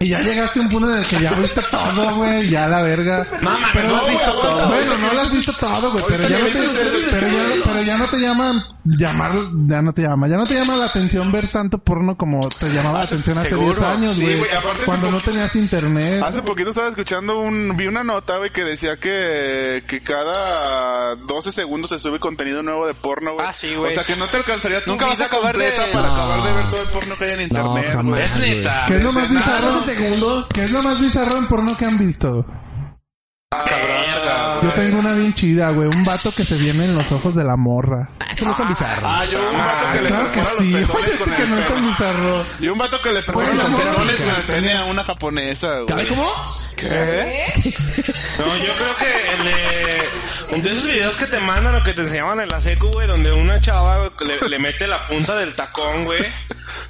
Speaker 3: Y ya llegaste a un punto en el que ya viste todo, güey. Ya la verga.
Speaker 6: mames,
Speaker 3: pero
Speaker 6: no,
Speaker 3: has
Speaker 6: güey,
Speaker 3: visto
Speaker 6: aguanta,
Speaker 3: todo.
Speaker 6: aguanta.
Speaker 3: Bueno, no lo has visto todo, güey. Pero ya, no
Speaker 4: Ahorita
Speaker 3: te,
Speaker 4: ya viste el
Speaker 3: pero,
Speaker 4: estudio.
Speaker 3: ya, pero ya no te llama llamar, ya no te llama, ya no te llama la atención ver tanto porno como te llamaba la atención hace
Speaker 5: seguro.
Speaker 3: 10 años,
Speaker 4: Sí,
Speaker 3: güey.
Speaker 4: güey, aparte Ah,
Speaker 3: cuando
Speaker 4: si
Speaker 3: no
Speaker 4: tú-
Speaker 3: tenías internet.
Speaker 4: Hace poquito estaba escuchando un... Vi una nota, güey, que decía que, que cada 12 segundos se sube contenido nuevo de porno, güey.
Speaker 5: Ah, sí, güey.
Speaker 4: O sea, que no te alcanzaría tu
Speaker 5: Nunca vas a
Speaker 4: vida
Speaker 5: acabar de-
Speaker 4: completa para
Speaker 5: No.
Speaker 4: acabar de ver todo el porno que hay en internet,
Speaker 2: jamás,
Speaker 4: güey.
Speaker 6: Es neta.
Speaker 3: ¿Qué es lo más bizarro?
Speaker 2: 12 segundos.
Speaker 3: ¿Qué es lo más bizarro en porno que han visto?
Speaker 6: Ah, cabrón.
Speaker 3: Yo tengo una bien chida, güey. Un vato que se viene en los ojos de la morra.
Speaker 2: Eso no es tan bizarro.
Speaker 4: Ah, yo un vato que le
Speaker 3: Claro que
Speaker 4: perfora los
Speaker 3: sí.
Speaker 4: pezones con
Speaker 3: Oye, que
Speaker 4: el
Speaker 3: no es tan
Speaker 4: pene.
Speaker 3: bizarro.
Speaker 4: Y un vato que le perfora
Speaker 3: Bueno,
Speaker 4: los
Speaker 3: no,
Speaker 4: pezones
Speaker 3: no,
Speaker 4: con el pene a una japonesa,
Speaker 2: ¿Cabe
Speaker 4: güey.
Speaker 2: cómo?
Speaker 4: ¿Eh?
Speaker 6: No, yo creo que el de, de esos videos que te mandan o que te enseñaban en la secu, güey, donde una chava güey, le, le mete la punta del tacón, güey.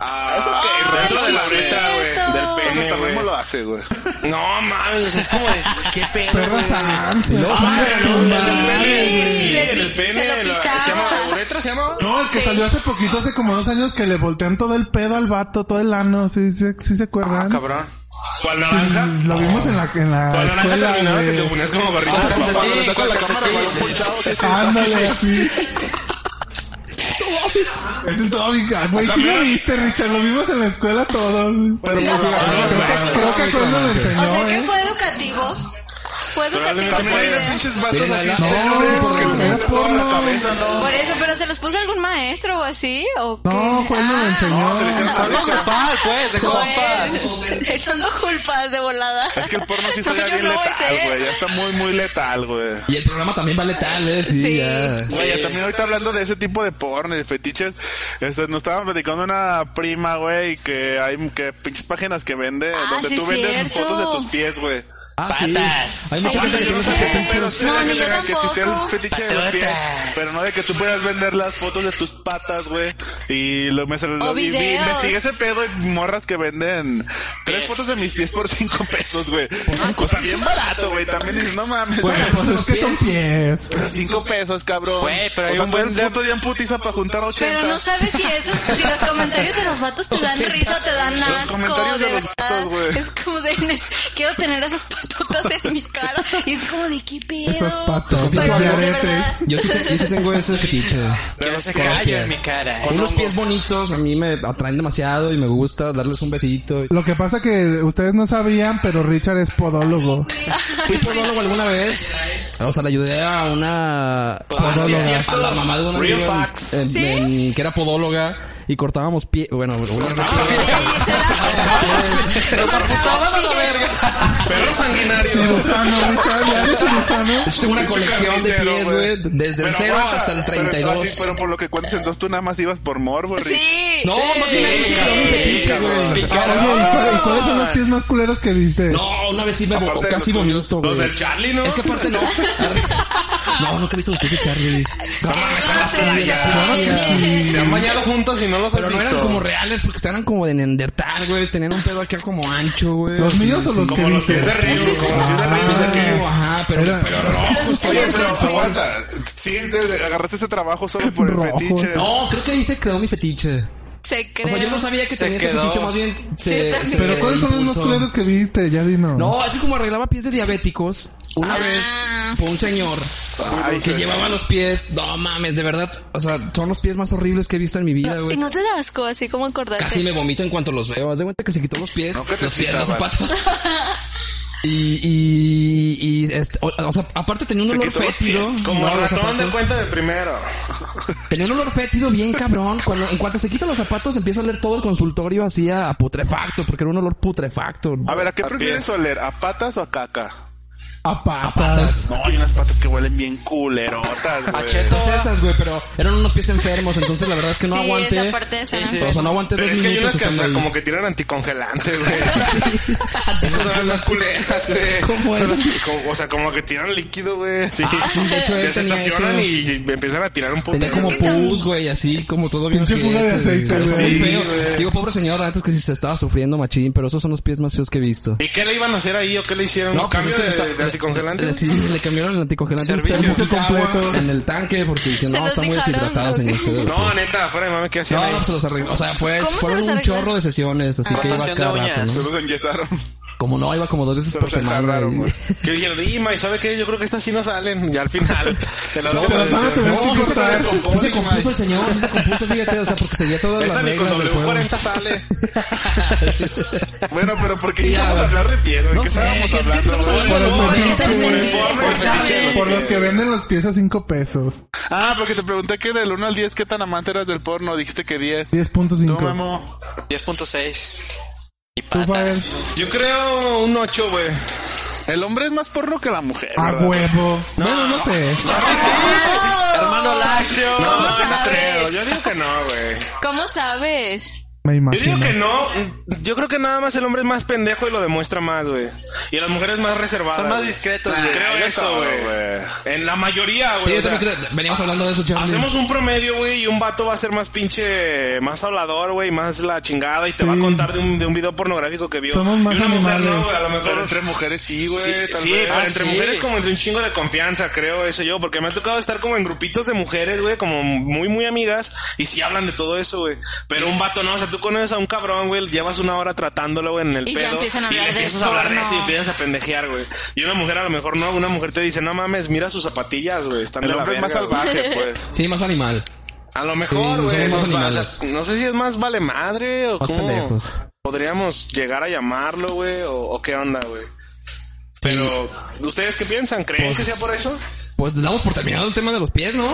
Speaker 6: A,
Speaker 4: Eso que-
Speaker 6: al dentro
Speaker 7: Ay,
Speaker 6: de
Speaker 7: sí,
Speaker 6: la oreta,
Speaker 7: cierto.
Speaker 6: güey. Del
Speaker 4: Hasta
Speaker 6: pene,
Speaker 4: mismo
Speaker 6: güey.
Speaker 4: lo hace, güey.
Speaker 6: No, mames, es como de... ¿Qué pedo,
Speaker 3: Perra
Speaker 6: güey?
Speaker 3: Sans.
Speaker 6: Ah, no,
Speaker 3: no,
Speaker 6: o sea,
Speaker 7: Sí,
Speaker 6: el pene,
Speaker 7: sí,
Speaker 6: sí,
Speaker 7: le-
Speaker 6: en el
Speaker 7: se lo
Speaker 6: pene, la-
Speaker 7: pisaba.
Speaker 6: se llama uretra, se llama.
Speaker 3: No, el que
Speaker 7: Sí.
Speaker 3: salió hace poquito, hace como dos años, que le voltean todo el pedo al vato, todo el ano, sí, sí, sí se acuerdan.
Speaker 5: Cabrón.
Speaker 6: ¿Cuál Ah, naranja?
Speaker 3: Lo vimos en la, en la
Speaker 6: ¿Cuál naranja
Speaker 3: escuela,
Speaker 6: terminaba que te
Speaker 3: güey.
Speaker 6: ponías como barrito?
Speaker 5: Ah, calcetín,
Speaker 4: Saca la
Speaker 5: calcetín.
Speaker 4: cámara, güey, un punchado, que sí.
Speaker 3: Ándale, así. Ese es todo mi ca- Güey, sí lo viste, Richard, lo vimos en la escuela todos. Pero pues,
Speaker 7: No.
Speaker 3: creo que- creo que acuerdo lo
Speaker 7: O
Speaker 3: enseñó,
Speaker 7: sea que
Speaker 3: ¿eh?
Speaker 7: fue educativo. Fue educativo ese
Speaker 4: También hay
Speaker 7: video.
Speaker 4: pinches vatos así.
Speaker 3: No,
Speaker 4: celones porque
Speaker 3: porque
Speaker 4: le
Speaker 3: era
Speaker 4: meten todo en la
Speaker 3: porno.
Speaker 4: cabeza, ¿no?
Speaker 7: Por eso, pero se los puso algún maestro o así. ¿O
Speaker 3: No,
Speaker 7: qué?
Speaker 3: fue lo
Speaker 7: Ah,
Speaker 3: enseñó.
Speaker 5: Algo grupal, pues, de compas.
Speaker 7: pues, Echando culpas de volada.
Speaker 4: Es que el porno sí
Speaker 7: No,
Speaker 4: está ya
Speaker 7: yo
Speaker 4: bien
Speaker 7: no
Speaker 4: letal,
Speaker 7: sé.
Speaker 4: güey. Ya está muy, muy letal, güey.
Speaker 2: Y el programa también va letal, ¿eh? Sí.
Speaker 7: Sí.
Speaker 2: ya.
Speaker 4: Güey, ya también ahorita hablando de ese tipo de porno y de fetiches, este, nos estaban platicando una prima, güey, que hay que pinches páginas que vende,
Speaker 7: Ah,
Speaker 4: donde
Speaker 7: sí,
Speaker 4: tú vendes
Speaker 7: cierto.
Speaker 4: fotos de tus pies, güey.
Speaker 2: Ah, sí.
Speaker 5: Patas.
Speaker 2: Hay mucha gente que
Speaker 7: Fetiches.
Speaker 2: piensa que es un pedo.
Speaker 4: Pero sí,
Speaker 7: No,
Speaker 4: hay
Speaker 7: ni
Speaker 4: gente
Speaker 7: yo
Speaker 4: que existe el
Speaker 7: tampoco.
Speaker 4: fetiche de los pies,
Speaker 5: Patotas.
Speaker 4: pero no de que tú puedas vender las fotos de tus patas, güey. Y lo me salió.
Speaker 7: O
Speaker 4: y- y
Speaker 7: videos.
Speaker 4: Investigué ese pedo y morras que venden tres fotos de mis pies por cinco pesos, güey. O sea, bien barato, güey. También dices, no mames.
Speaker 3: Bueno, pues es que son pies.
Speaker 4: Pero Cinco pesos, cabrón.
Speaker 5: Güey, pero hay
Speaker 4: O sea,
Speaker 5: un
Speaker 4: todo
Speaker 5: buen
Speaker 4: el
Speaker 5: de-
Speaker 4: puto día en putiza para juntar 80.
Speaker 7: Pero no sabes si esos, si los comentarios de los vatos te dan risa o te dan asco,
Speaker 4: comentarios
Speaker 7: de
Speaker 4: de los
Speaker 7: verdad.
Speaker 4: vatos, güey.
Speaker 7: es como de, "Nes- quiero tener esas patotas en mi cara. Y es como de qué pedo.
Speaker 3: Esas patotas,
Speaker 7: Pero de
Speaker 3: aretes.
Speaker 7: verdad.
Speaker 2: Yo sí, te- yo sí tengo ese fetiche.
Speaker 5: Que no se
Speaker 2: Con los
Speaker 5: callo
Speaker 2: pies.
Speaker 5: en mi cara. ¿eh?
Speaker 2: Unos pies bonitos a mí me atraen demasiado y me gusta darles un besito.
Speaker 3: Lo que pasa que ustedes no sabían, pero Richard es podólogo.
Speaker 7: Ah,
Speaker 2: Fui podólogo alguna vez. O sea, le ayudé a una
Speaker 5: Ah, sí, es
Speaker 2: podóloga,
Speaker 5: cierto.
Speaker 2: a la mamá de una
Speaker 5: Real
Speaker 2: amiga en-
Speaker 5: facts.
Speaker 2: en-
Speaker 7: ¿Sí?
Speaker 2: en- que era podóloga y cortábamos pie, bueno, bueno,
Speaker 7: Nos apuntaban a la verga.
Speaker 4: Perro sanguinario.
Speaker 3: Cirujano, Ah, Richard, ya eres cirujano.
Speaker 2: tengo una
Speaker 4: Pinche
Speaker 2: colección de
Speaker 4: carnicero,
Speaker 2: pies, güey, desde el
Speaker 4: Pero
Speaker 2: 0
Speaker 4: aguanta,
Speaker 2: hasta el
Speaker 4: pero entonces,
Speaker 2: 32.
Speaker 4: Pero por lo que cuentas, entonces tú nada más ibas por morbo, Rick.
Speaker 7: Sí.
Speaker 2: No,
Speaker 7: sí.
Speaker 2: más bien ahí sí era un fetiche, güey.
Speaker 3: Oye, ¿y, cuál- y cuáles son los pies más culeros que viste?
Speaker 2: No, una vez sí me
Speaker 4: Aparte de
Speaker 2: casi
Speaker 4: los tuyos,
Speaker 2: bonito,
Speaker 6: Los
Speaker 2: güey.
Speaker 6: pues, del Charlie, ¿no?
Speaker 2: Es que aparte no. No, nunca he visto los pies de Charlie.
Speaker 7: Qué grosería.
Speaker 6: Se han bañado juntos y no los
Speaker 2: Pero
Speaker 6: han
Speaker 2: no
Speaker 6: visto.
Speaker 2: eran como reales porque eran como de Neandertal, güey. Tenían un pedo acá como ancho, güey.
Speaker 3: ¿Los míos o los que
Speaker 4: Como los
Speaker 3: viste?
Speaker 4: pies de Rick, como los pies de Rick.
Speaker 2: Mis de Rigo, Ajá, pero...
Speaker 3: Era-
Speaker 2: pero no.
Speaker 4: Oye, pero aguanta. Sí, te- te agarraste ese trabajo solo por el
Speaker 3: Rojo.
Speaker 4: fetiche.
Speaker 2: No, creo que ahí se quedó mi fetiche.
Speaker 7: Se
Speaker 2: O sea, yo no
Speaker 7: creó.
Speaker 2: sabía que
Speaker 5: Se
Speaker 2: tenía ese
Speaker 5: quedó.
Speaker 2: fetiche, más bien se,
Speaker 7: también.
Speaker 2: se
Speaker 3: Pero ¿cuáles son los más
Speaker 2: impulsó.
Speaker 3: culeros que viste? Ya vino.
Speaker 2: No, así como arreglaba pies de diabéticos,
Speaker 5: Ah.
Speaker 2: una vez fue un señor
Speaker 4: Ay,
Speaker 2: que
Speaker 4: qué-
Speaker 2: llevaba los pies, no mames, de verdad, o sea, son los pies más horribles que he visto en mi vida,
Speaker 7: Y
Speaker 2: güey.
Speaker 7: no te da asco así como acordarte.
Speaker 2: Casi me vomito en cuanto los veo. Haz de cuenta que se quitó los pies,
Speaker 4: No, que te
Speaker 2: los pies,
Speaker 4: excitaba.
Speaker 2: los zapatos. Y, y, y, este, o, o sea, aparte tenía un olor
Speaker 4: quitó los
Speaker 2: fétido.
Speaker 6: Como
Speaker 2: No, los
Speaker 6: ratón de
Speaker 2: zapatos.
Speaker 6: cuenta de primero.
Speaker 2: Tenía un olor fétido bien cabrón. Cuando, en cuanto se quita los zapatos, empieza a oler todo el consultorio así a, a putrefacto, porque era un olor putrefacto.
Speaker 4: A ver, ¿a qué
Speaker 6: A
Speaker 4: prefieres oler? ¿A patas o a caca?
Speaker 3: A patas.
Speaker 4: No, hay unas patas que huelen bien culerotas, güey.
Speaker 2: Todas esas, güey, pero eran unos pies enfermos, entonces la verdad es que no
Speaker 7: Sí,
Speaker 2: aguanté.
Speaker 7: esa parte está bien.
Speaker 2: O sea, no aguanté
Speaker 6: Pero
Speaker 2: dos
Speaker 6: es que hay
Speaker 2: minutos.
Speaker 6: unas que
Speaker 2: estando
Speaker 6: hasta
Speaker 2: ahí.
Speaker 6: como que tiran anticongelantes, güey. Esas son las culeras, güey.
Speaker 2: ¿Cómo
Speaker 6: Son
Speaker 2: es? Ah,
Speaker 6: las- como- O sea, como que tiran líquido, güey. Sí.
Speaker 2: sí, de hecho, él
Speaker 6: que se
Speaker 2: tenía
Speaker 6: estacionan
Speaker 2: eso.
Speaker 6: y y empiezan a tirar un
Speaker 2: Tenía
Speaker 6: putero.
Speaker 2: como
Speaker 7: Es que también-
Speaker 2: pus, güey, así como todo bien
Speaker 3: Pinche fuga de
Speaker 2: ojete, güey.
Speaker 3: aceite,
Speaker 2: Pero
Speaker 3: güey.
Speaker 2: muy
Speaker 6: Sí,
Speaker 2: feo.
Speaker 6: güey.
Speaker 2: Digo, pobre señora, antes que si se estaba sufriendo machín, pero esos son los pies más feos que he visto.
Speaker 6: ¿Y qué le iban a hacer ahí o qué le hicieron? ¿Un
Speaker 2: pues
Speaker 6: cambio
Speaker 2: es que
Speaker 6: de,
Speaker 2: está-
Speaker 6: de
Speaker 2: le-
Speaker 6: anticongelante?
Speaker 2: le- Sí, le cambiaron el anticongelante.
Speaker 6: Servicio
Speaker 2: Servicio
Speaker 3: completo.
Speaker 2: En el tanque porque dije,
Speaker 7: Se
Speaker 2: no,
Speaker 7: los
Speaker 2: está muy
Speaker 7: dejaron,
Speaker 2: deshidratado,
Speaker 7: ¿no?
Speaker 2: señor. usted.
Speaker 6: No, neta, fuera de mame, ¿qué hacían
Speaker 2: No, pues,
Speaker 6: ahí?
Speaker 2: no, se los arregló. O sea, fue,
Speaker 7: ¿Cómo se
Speaker 2: fueron
Speaker 7: los
Speaker 2: un
Speaker 7: arregló?
Speaker 2: chorro de sesiones, así que iba
Speaker 5: Rotación de
Speaker 2: cada rato,
Speaker 5: uñas.
Speaker 4: Se
Speaker 2: ¿no?
Speaker 4: los enyesaron.
Speaker 2: Como no, iba como dos veces
Speaker 4: Se
Speaker 2: por
Speaker 4: los
Speaker 2: semana.
Speaker 4: enjarraron,
Speaker 2: güey.
Speaker 4: güey.
Speaker 6: Que dijeron, y May, ¿sabe qué? Yo creo que estas sí no salen. Y al final, te las
Speaker 3: No,
Speaker 6: vamos
Speaker 3: te
Speaker 6: a
Speaker 2: pues,
Speaker 3: las van a tener
Speaker 6: No,
Speaker 3: que
Speaker 6: no se
Speaker 3: cortar.
Speaker 6: descompone,
Speaker 2: Sí se
Speaker 6: May.
Speaker 2: compuso el señor, sí se compuso, fíjate, o sea, porque seguía todas
Speaker 6: Esta
Speaker 2: las
Speaker 6: ni con
Speaker 2: reglas del juego.
Speaker 6: W40 sale.
Speaker 4: Bueno, pero ¿por qué
Speaker 2: Ya,
Speaker 4: íbamos a
Speaker 2: güey.
Speaker 4: hablar de piel? güey?
Speaker 2: No
Speaker 4: ¿Qué
Speaker 2: sé,
Speaker 4: estábamos
Speaker 2: ¿qué-
Speaker 4: hablando?
Speaker 2: qué-
Speaker 4: güey?
Speaker 3: Por los
Speaker 7: Por el
Speaker 3: fetiches.
Speaker 7: fetiche,
Speaker 4: Por el
Speaker 7: por Charlie.
Speaker 3: Por los que venden los pies a cinco pesos.
Speaker 4: Ah, porque te pregunté que del 1 al 10, ¿qué tan amante eras del porno? Dijiste que 10. No,
Speaker 3: 10.5.
Speaker 4: mamo.
Speaker 5: 10.6. Y
Speaker 3: Tú, Fael.
Speaker 5: patas.
Speaker 6: Yo creo un 8, güey.
Speaker 4: El hombre es más porno que la mujer.
Speaker 3: A
Speaker 4: ¿verdad?
Speaker 3: Ah, huevo. Bueno, no sé.
Speaker 7: Ah.
Speaker 5: Hermano lácteo.
Speaker 6: No,
Speaker 7: ¿Cómo
Speaker 6: no
Speaker 7: sabes?
Speaker 6: creo. Yo digo que no, güey.
Speaker 7: ¿Cómo sabes?
Speaker 3: Me
Speaker 6: Yo digo
Speaker 3: imagino.
Speaker 6: que no. Yo creo que nada más el hombre es más pendejo y lo demuestra más, güey. Y las mujeres más reservadas.
Speaker 5: Son más
Speaker 6: güey.
Speaker 5: discretos, güey.
Speaker 6: Creo
Speaker 4: Hay de
Speaker 6: eso,
Speaker 4: todo,
Speaker 6: güey. En la mayoría,
Speaker 2: Sí,
Speaker 6: güey.
Speaker 2: yo
Speaker 6: o sea,
Speaker 2: también creo- Veníamos hablando de eso, Charlie.
Speaker 6: Hacemos un promedio, güey, y un vato va a ser más pinche, más hablador, güey, más la chingada y
Speaker 3: Sí.
Speaker 6: te va a contar de un, de un video pornográfico que vio.
Speaker 3: Somos más
Speaker 6: y una mujer,
Speaker 3: animales.
Speaker 6: no, güey, a lo
Speaker 4: Pero
Speaker 6: mejor.
Speaker 4: entre mujeres sí, güey.
Speaker 6: Sí,
Speaker 4: tal
Speaker 6: sí,
Speaker 4: vez.
Speaker 6: pero
Speaker 5: Ah,
Speaker 6: entre
Speaker 5: sí.
Speaker 6: mujeres como entre un chingo de confianza, creo eso yo, porque me ha tocado estar como en grupitos de mujeres, güey, como muy, muy amigas, y sí hablan de todo eso, güey. Pero un vato no, o sea, tú conoces a un cabrón, güey, llevas una hora tratándolo, güey, en el
Speaker 7: Y ya
Speaker 6: pedo.
Speaker 7: empiezan a
Speaker 6: y le
Speaker 7: hablar de
Speaker 6: empiezas a hablar de
Speaker 7: porno.
Speaker 6: eso y empiezas a pendejear, güey. Y una mujer a lo mejor no, una mujer te dice, no mames, mira sus zapatillas, güey, están
Speaker 4: El
Speaker 6: de la
Speaker 4: hombre es más
Speaker 6: verga, güey".
Speaker 4: salvaje, pues.
Speaker 2: Sí, más animal.
Speaker 6: A lo
Speaker 2: Sí,
Speaker 6: mejor, güey.
Speaker 2: somos más
Speaker 6: nos va-
Speaker 2: animales.
Speaker 6: no sé si es más vale madre o
Speaker 2: Más
Speaker 6: cómo
Speaker 2: pendejos.
Speaker 6: podríamos llegar a llamarlo, güey, o, o qué onda, güey. Pero, ¿ustedes qué piensan? ¿Creen
Speaker 2: Pues-
Speaker 6: que sea por eso?
Speaker 2: Pues damos por terminado el tema de los pies, ¿no?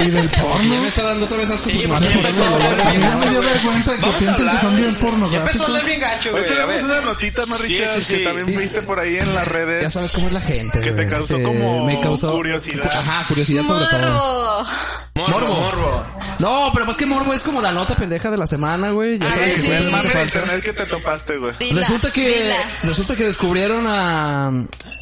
Speaker 3: Y del porno.
Speaker 2: Ya me está dando otra vez asco. porque no sé
Speaker 5: ya
Speaker 2: por
Speaker 5: empezó a
Speaker 2: dónde
Speaker 5: hablar
Speaker 2: lo
Speaker 3: Ya
Speaker 2: hago.
Speaker 3: me dio vergüenza que
Speaker 5: Vamos a
Speaker 3: piensen que
Speaker 5: hablar,
Speaker 3: son bien
Speaker 5: Ya empezó a
Speaker 3: pornográficos.
Speaker 5: hablar bien gacho,
Speaker 4: Hoy
Speaker 5: güey. A
Speaker 4: tenemos
Speaker 5: ver.
Speaker 4: una notita, ¿no,
Speaker 6: Sí,
Speaker 4: Richard?
Speaker 6: sí, sí.
Speaker 4: Que también
Speaker 6: Sí.
Speaker 4: viste por ahí en las redes.
Speaker 2: Ya sabes cómo es la gente.
Speaker 4: Que te
Speaker 2: güey.
Speaker 4: causó
Speaker 2: Sí,
Speaker 4: como
Speaker 2: me causó
Speaker 4: curiosidad.
Speaker 2: Ajá, curiosidad sobre todo.
Speaker 7: Morbo.
Speaker 2: Morbo.
Speaker 6: morbo.
Speaker 2: No, pero más que morbo es como la nota pendeja de la semana, güey. Ya
Speaker 7: A
Speaker 2: sabes
Speaker 7: ver,
Speaker 2: que
Speaker 7: sí.
Speaker 2: fue el
Speaker 4: El mame
Speaker 2: martes
Speaker 4: de
Speaker 2: falso.
Speaker 4: internet que te topaste, güey.
Speaker 7: Dila,
Speaker 2: resulta que
Speaker 7: dila.
Speaker 2: resulta que descubrieron a